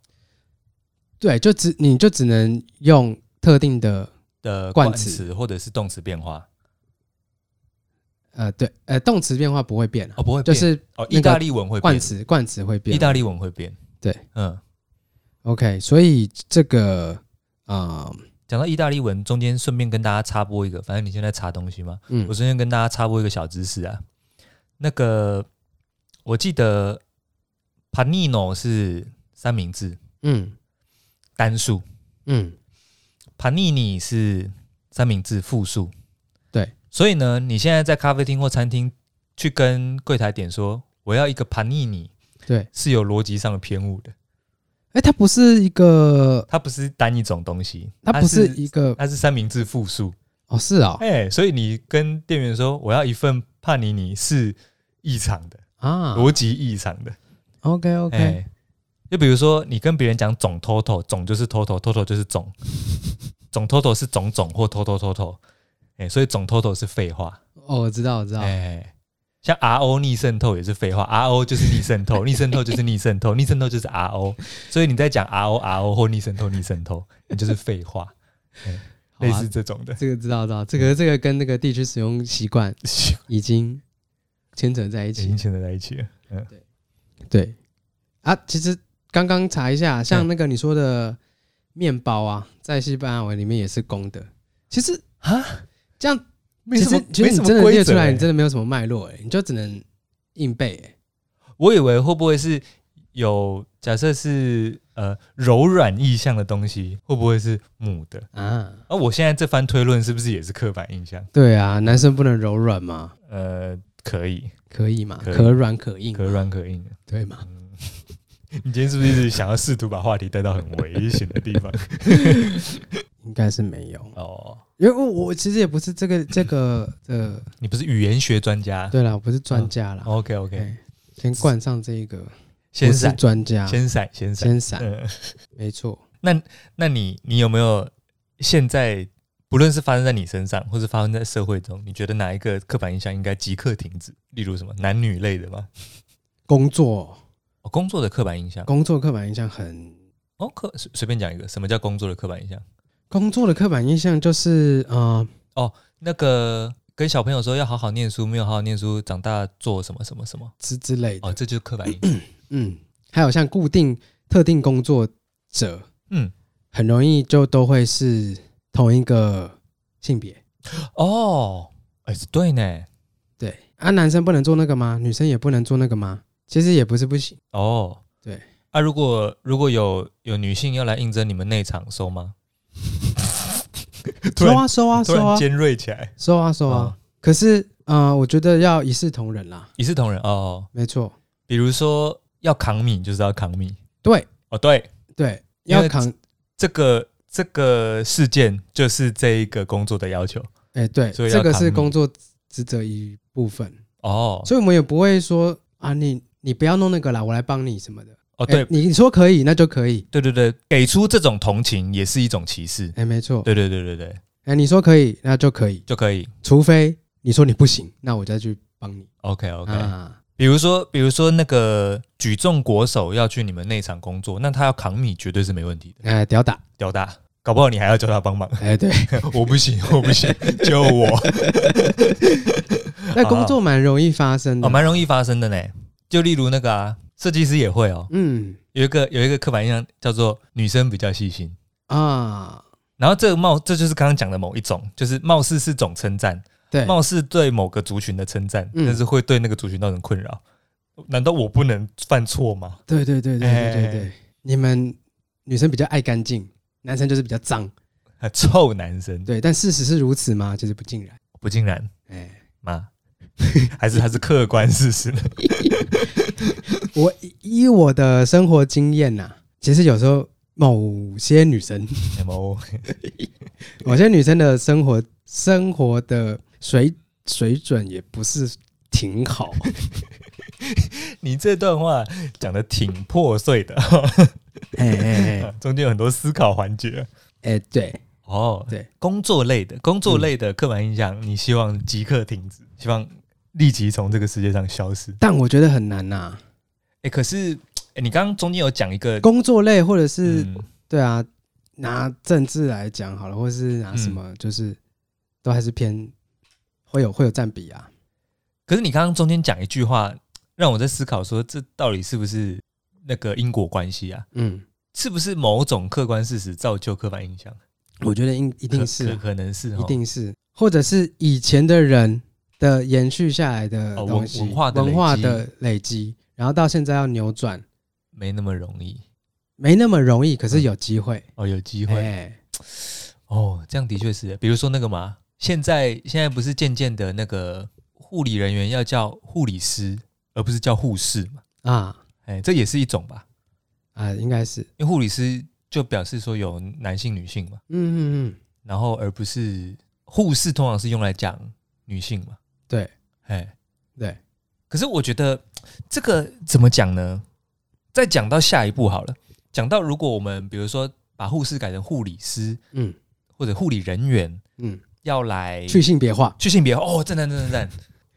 对，就只你就只能用特定的
的
冠
冠
词
词或者是动词变化
呃对呃动词变化不会变、啊，
哦，不会
就
变
是
哦，
那个
意大利文会
冠
变，
词冠词会变
意。大利文会变。
对，
嗯，
OK，所以这个啊、
讲到意大利文，中间顺便跟大家插播一个，反正你现在查东西嘛，
嗯
我顺便跟大家插播一个小知识啊，那个我记得 panino 是三明治
嗯
单数
嗯，
，panini 是三明治复数。
对，
所以呢，你现在在咖啡厅或餐厅去跟柜台点说我要一个 panini，
对，
是有逻辑上的偏误的，
哎、它不是一个，
它不是单一种东西，
它不是一个
它是三明治复数。
哦，是哦，
哎、所以你跟店员说我要一份帕尼尼是异常的，
啊
逻辑异常的。
，OK
哎、
OK，
就比如说你跟别人讲总 total，总就是 total，total 就是总，总 total 是种种或 total total，哎、所以总 total 是废话。
哦，我知道，我知道
哎、，像 RO 逆渗透也是废话，RO 就是逆渗
*laughs*
透，逆渗透就是逆渗透，逆渗透就是 RO，所以你在讲 RO RO 或逆渗透逆渗透，你就是废话，
好
类
啊
似这嗯种的。
这个知道知道，这个这个跟那个地区使用习惯已经牵扯在一
已
起
经。牵扯在一起了。嗯，
对啊，其实刚刚查一下，像
嗯
那个你说的面包啊，在西班牙文里面也是公的。其实
啊，
这样
没
其
什么
实其
没
实
什
你
么
真的
规
列出
则
来，
欸。
你真的没有什么脉络、欸，你就只能硬背、欸。
我以为会不会是有假设是呃柔软意象的东西，会不会是母的？
啊，
而、我现在这番推论是不是也是刻板印象？
对啊，男生不能柔软吗？
呃，可以，
可以嘛？
可以
可软可硬嘛，
可软可硬。
对嘛？
嗯，你今天是不是一直想要试图把话题带到很危险的地方？
应该是没有，
哦，
因为我我其实也不是这
*laughs*
个这个呃，
你不是语言学专家
对啦，我不是专家啦。
？OK 哦 OK，
哎先冠上这一个，
先
不是
闪，
专家，
先闪，先闪。
先闪，
嗯，
没错。
那你你有没有现在不论是发生在你身上，或是发生在社会中，你觉得哪一个刻板印象应该即刻停止？例如什么男女类的吗？
工作
哦，工作的刻板印象。
工作刻板印象很，
哦，刻随随便讲一个，什么叫工作的刻板印象？
工作的刻板印象就是呃，
那个跟小朋友说要好好念书，没有好好念书，长大做什么什么什么？
之之类的，
哦，这就是刻板印
*clears throat*
象。
嗯，还有像固定特定工作者，
嗯，
很容易就都会是同一个性别。
哦，哎、对呢。
对啊，男生不能做那个吗？女生也不能做那个吗？其实也不是不行，
哦，
对。
啊，如果如果有有女性要来应征你们内场收吗？突
收
然
啊收啊
突
收
然
啊
尖锐起来，
收啊收啊。
嗯
可是呃，我觉得要一视同仁啦，
一视同仁哦。
没错，
比如说要扛米，就是要扛米。
对
哦，对，
对，
因为
要扛，
这个这个事件就是这一个工作的要求
哎、对，
所以要
这个
扛
是
你
工作职责一部分，
哦。
所以我们也不会说啊，你你不要弄那个啦，我来帮你什么的。
哦，
哎
对、
你你说可以，那就可以，
对对对，给出这种同情也是一种歧视。
哎、没错，
对对对对对，
哎、你说可以，那就可以，
就可以。
除非你说你不行，那我再去帮你。
OK OK，、
啊，
比如说比如说那个举重国手要去你们内场工作，那他要扛米绝对是没问题的。
哎、屌打，
屌大，搞不好你还要叫他帮忙。
哎、
*laughs*
对。
我不行，我不行，救我！
那工作蛮容易发生
*laughs*
的。
哦，蛮容易发生的呢。就例如那个啊，设计师也会哦，
嗯
有一个有一个刻板印象叫做女生比较细心。
啊，
然后这个貌，这就是刚刚讲的某一种，就是貌似是种称赞，
对，
貌似对某个族群的称赞，
嗯
但是会对那个族群造成困扰。难道我不能犯错吗？
对对对对对对对，
哎
你们女生比较爱干净，男生就是比较脏，
啊臭男生，
对，但事实是如此吗？其实不尽然，
不竟然
哎，
吗？ *laughs* 还是他是客观事实呢？
我依我的生活经验呐、其实有时候某些女 *laughs* 生，
哦，
某些女生的生活生活的水水准也不是挺好，
你这段话讲的挺破碎的，
*laughs*
*laughs*
哎哎哎
中间有很多思考环节。
哎，对，
哦，
对，
工作类的工作类的刻板印象，你希望即刻停止，希望立即从这个世界上消失。
但我觉得很难呐、
哎、可是、诶你刚刚中间有讲一个
工作类或者是、
嗯
对啊，拿政治来讲好了，或是拿
嗯
什么，就是、都还是偏会有会有占比啊。
可是你刚刚中间讲一句话，让我在思考说，这到底是不是那个因果关系啊？
嗯，
是不是某种客观事实造就刻板印象？
我觉得应一
一
定是
可
啊、
可能是哦
一定是，或者是以前的人的延续下来的
哦文
东西，
文化的累积
的累积，然后到现在要扭转，
没那么容易
没那么容易，可是有机会。
哦，有机
哎、
会、哦，这样的确是，比如说那个嘛，现在现在不是渐渐的那个护理人员要叫护理师，而不是叫护士嘛？
啊
哎，这也是一种吧，
啊，应该是，
因为护理师就表示说有男性、女性嘛，
嗯嗯嗯，
然后而不是护士，通常是用来讲女性嘛，
对
哎。
对，
可是我觉得这个怎么讲呢？再讲到下一步好了，讲到如果我们比如说把护士改成护理师
嗯
或者护理人员，
嗯，
要来
去性别化
去性别哦，赞赞赞赞赞。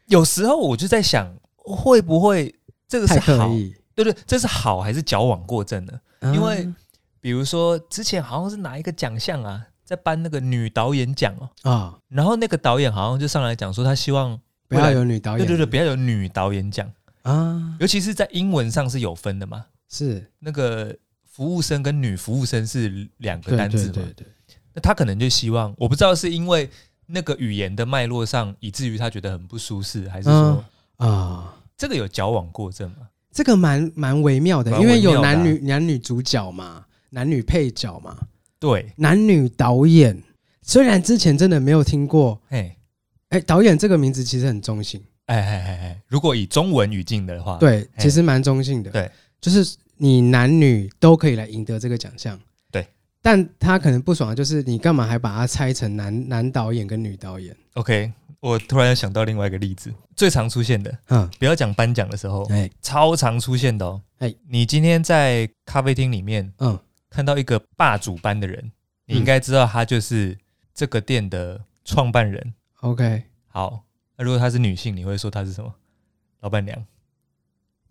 有时候我就在想，会不会这个
太
是
刻
好？
意，
对对，这是好还是矫枉过正呢？因为
啊
比如说之前好像是哪一个奖项啊，在颁那个女导演奖哦，
啊，
然后那个导演好像就上来讲说，他希望
不要有女导
对
演，
对对，不要有女导演奖，
啊，
尤其是在英文上是有分的嘛。
是
那个服务生跟女服务生是两个
对
单字
对
嘛
对，对，
那他可能就希望，我不知道是因为那个语言的脉络上，以至于他觉得很不舒适，还是说、
嗯啊。
这个有矫枉过正吗？
这个蛮蛮微妙的，
蛮
因为
微妙
有
的啊
男女男女主角嘛，男女配角嘛，
对，
男女导演。虽然之前真的没有听过，
哎
哎，导演这个名字其实很中性，
哎哎哎哎，如果以中文语境的话，
对，
啊嘿
其实蛮中性的。
对，
就是你男女都可以来赢得这个奖项。
对，
但他可能不爽的就是你干嘛还把它拆成男男导演跟女导演？
，OK，我突然想到另外一个例子，最常出现的，
嗯，
不要讲颁奖的时候，
哎，
超常出现的哦。
哎
你今天在咖啡厅里面
嗯，
看到一个霸主班的人，你应该知道他就是这个店的创办人。
OK，
好，那如果她是女性，你会说她是什么？老板娘，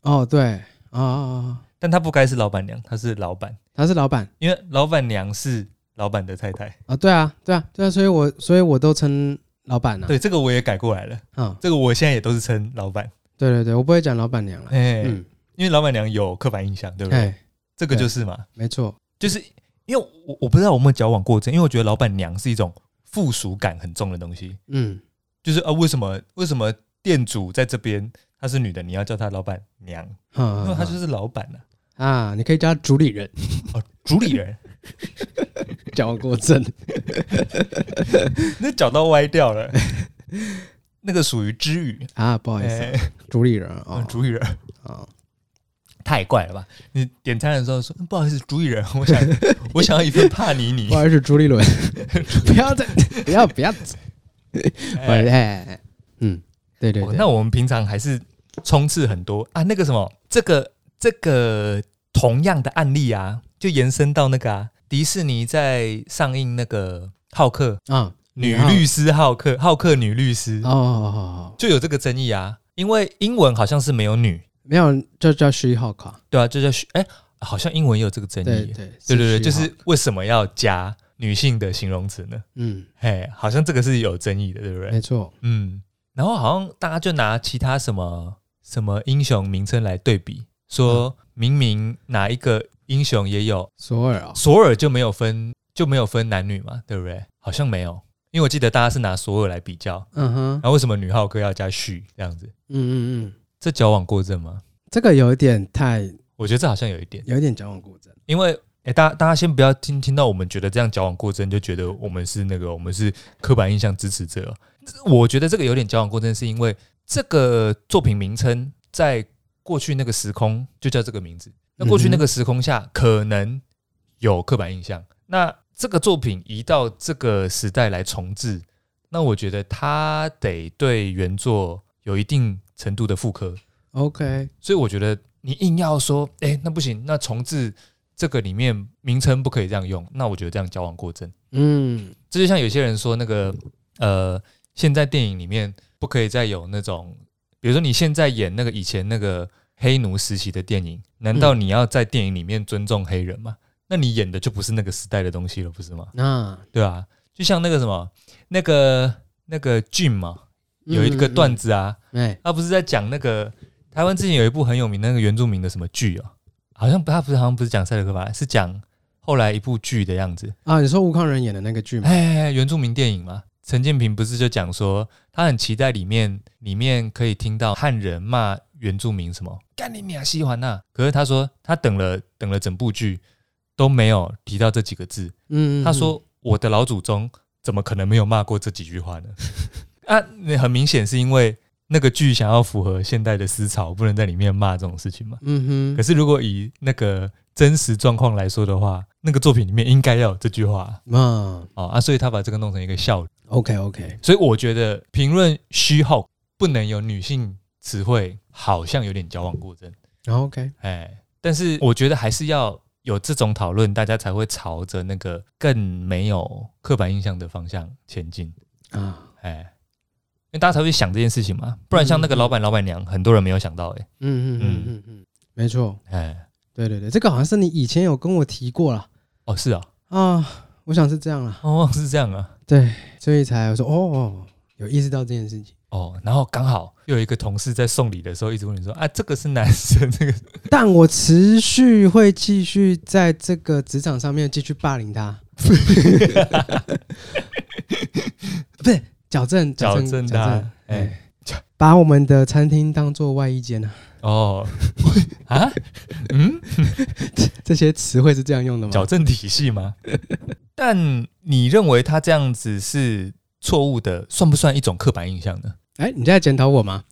哦，对，啊、哦，
但她不该是老板娘，她是老板，
他是老板
因为老板娘是老板的太太。
啊、对啊，对啊，对啊，所以我所以我都称老板啊。，
对，这个我也改过来了，
嗯，
这个我现在也都是称老板，
对对对，我不会讲老板娘了。
哎、
嗯，
因为老板娘有刻板印象，对不对？
哎，
这个就是嘛，
没错，
就是因为我我不知道我有没有矫枉过正，因为我觉得老板娘是一种附属感很重的东西，
嗯，
就是啊，为什么为什么店主在这边她是女的，你要叫她老板娘，因为
嗯，
她就是老板啊，
啊，你可以叫他主理人，
主理人， *laughs*
矫枉过正。
那脚都歪掉了， *laughs* 那个属于知语，
啊，不
不
好意思，主理人
嗯
啊，
主理人
啊，
太怪了吧？你点餐的时候说嗯不好意思，主理人，我想 *laughs* 我想要一份帕尼尼
不，好意思，
*laughs*
朱立伦，不要再，不要不要，
哎
哎哎，嗯，对对
哦
对，
那我们平常还是冲刺很多啊，那个什么，这个这个同样的案例啊，就延伸到那个啊，迪士尼在上映那个浩克
啊，
女
浩
律师浩克浩克女律师，
哦哦哦，哦
就有这个争议啊，因为英文好像是没有女，
没有，就叫 She Hulk，啊
对啊，这叫哎、好像英文也有这个争议，
对对
对对对，就
She Hulk
是为什么要加女性的形容词呢？
嗯，
嘿，好像这个是有争议的，对不对？
没错，
嗯，然后好像大家就拿其他什么什么英雄名称来对比，说明明哪一个英雄也有，
索尔啊，
索尔就没有分就没有分男女嘛，对不对？好像没有，因为我记得大家是拿索尔来比较，
嗯哼
然，后为什么女浩克要加旭这样子？
嗯嗯嗯，
这矫枉过正吗？
这个有一点太，
我觉得这好像有一点，
有一点矫枉过正，
因为哎，大家大家先不要听听到我们觉得这样矫枉过正，就觉得我们是那个我们是刻板印象支持者哦。这我觉得这个有点矫枉过正，是因为这个作品名称在过去那个时空就叫这个名字，那过去那个时空下可能有刻板印象，那这个作品移到这个时代来重置，那我觉得它得对原作有一定程度的复刻，
，OK，
所以我觉得你硬要说，哎、那不行，那重置这个里面名称不可以这样用，那我觉得这样矫枉过正。
嗯，
这就像有些人说那个，呃，现在电影里面不可以再有那种，比如说你现在演那个以前那个黑奴时期的电影，难道你要在电影里面尊重黑人吗？那你演的就不是那个时代的东西了，不是吗？
那
对啊，就像那个什么，那个那个 Jim 嘛，有一个段
子，
子啊，
嗯哎，
他不是在讲那个台湾之前有一部很有名的那个原住民的什么剧哦，好像不，他不是好像不是讲赛德克巴，是讲后来一部剧的样子。
啊，你说吴康仁演的那个剧吗？
哎，原住民电影嘛，陈建平不是就讲说他很期待里面里面可以听到汉人骂原住民什么干你娘西环呐，可是他说他等了等了整部剧都没有提到这几个字，
嗯，嗯
他，说：“我的老祖宗怎么可能没有骂过这几句话呢？” *laughs* 啊，那很明显是因为那个剧想要符合现代的思潮，不能在里面骂这种事情嘛。
嗯嗯
可
哼，
是如果以那个真实状况来说的话，那个作品里面应该要有这句话
嗯
哦啊，所以他把这个弄成一个笑。
，OK OK，
所以我觉得评论虚后不能有女性词汇，好像有点矫枉过正。
然后啊 OK，
哎，但是我觉得还是要有这种讨论，大家才会朝着那个更没有刻板印象的方向前进。
啊，
哎，因为大家才会想这件事情嘛，不然像那个老板、老板娘，很多人没有想到、欸。
嗯嗯嗯嗯嗯，没错，
哎，哎，
对对对，这个好像是你以前有跟我提过了
哦，是啊，
啊，我想是这样啦，
哦，是这样啊，
对，所以才说哦，有意识到这件事情。
哦，然后刚好又有一个同事在送礼的时候一直问你说啊，这个是男生，这个是
但我持续会继续在这个职场上面继续霸凌他。不是矫正
矫
正
正
矫
的啊哎
正，哎，把我们的餐厅当做外衣间啊，
哦，啊，嗯，
这些词汇是这样用的吗？
矫正体系吗？但你认为他这样子是错误的，算不算一种刻板印象呢？
哎，你在检讨我吗？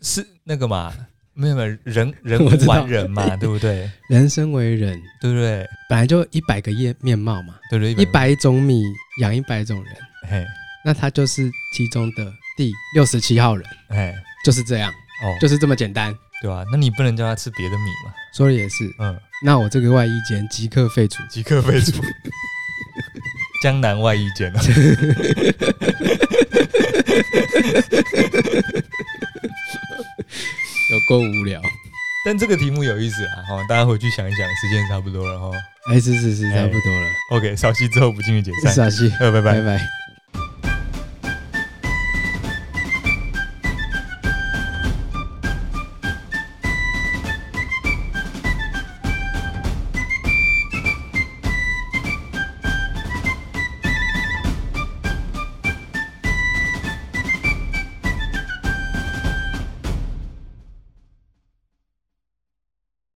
是那个嘛？没有没有，人人
*laughs* 我知
无
道
完人嘛，对不对？
人生为人，
对不对？
本来就一百个面面貌嘛，
对不对？
一百种米养一百种人，
嘿，
那他就是其中的第六十七号人，
嘿，
就是这样，
哦，
就是这么简单。
对吧、那你不能叫他吃别的米嘛？
说的也是，
嗯，
那我这个外衣间即刻废除。
即刻废除。 *laughs* 江南外衣
*laughs*
间啊，
有够无聊。
但这个题目有意思啊！哈、大家回去想一想，时间也差不多了哈、哦
哎，是是是，差不多了，
OK，稍息之后不进行解
是
散，
小西，
呃，拜拜
拜。拜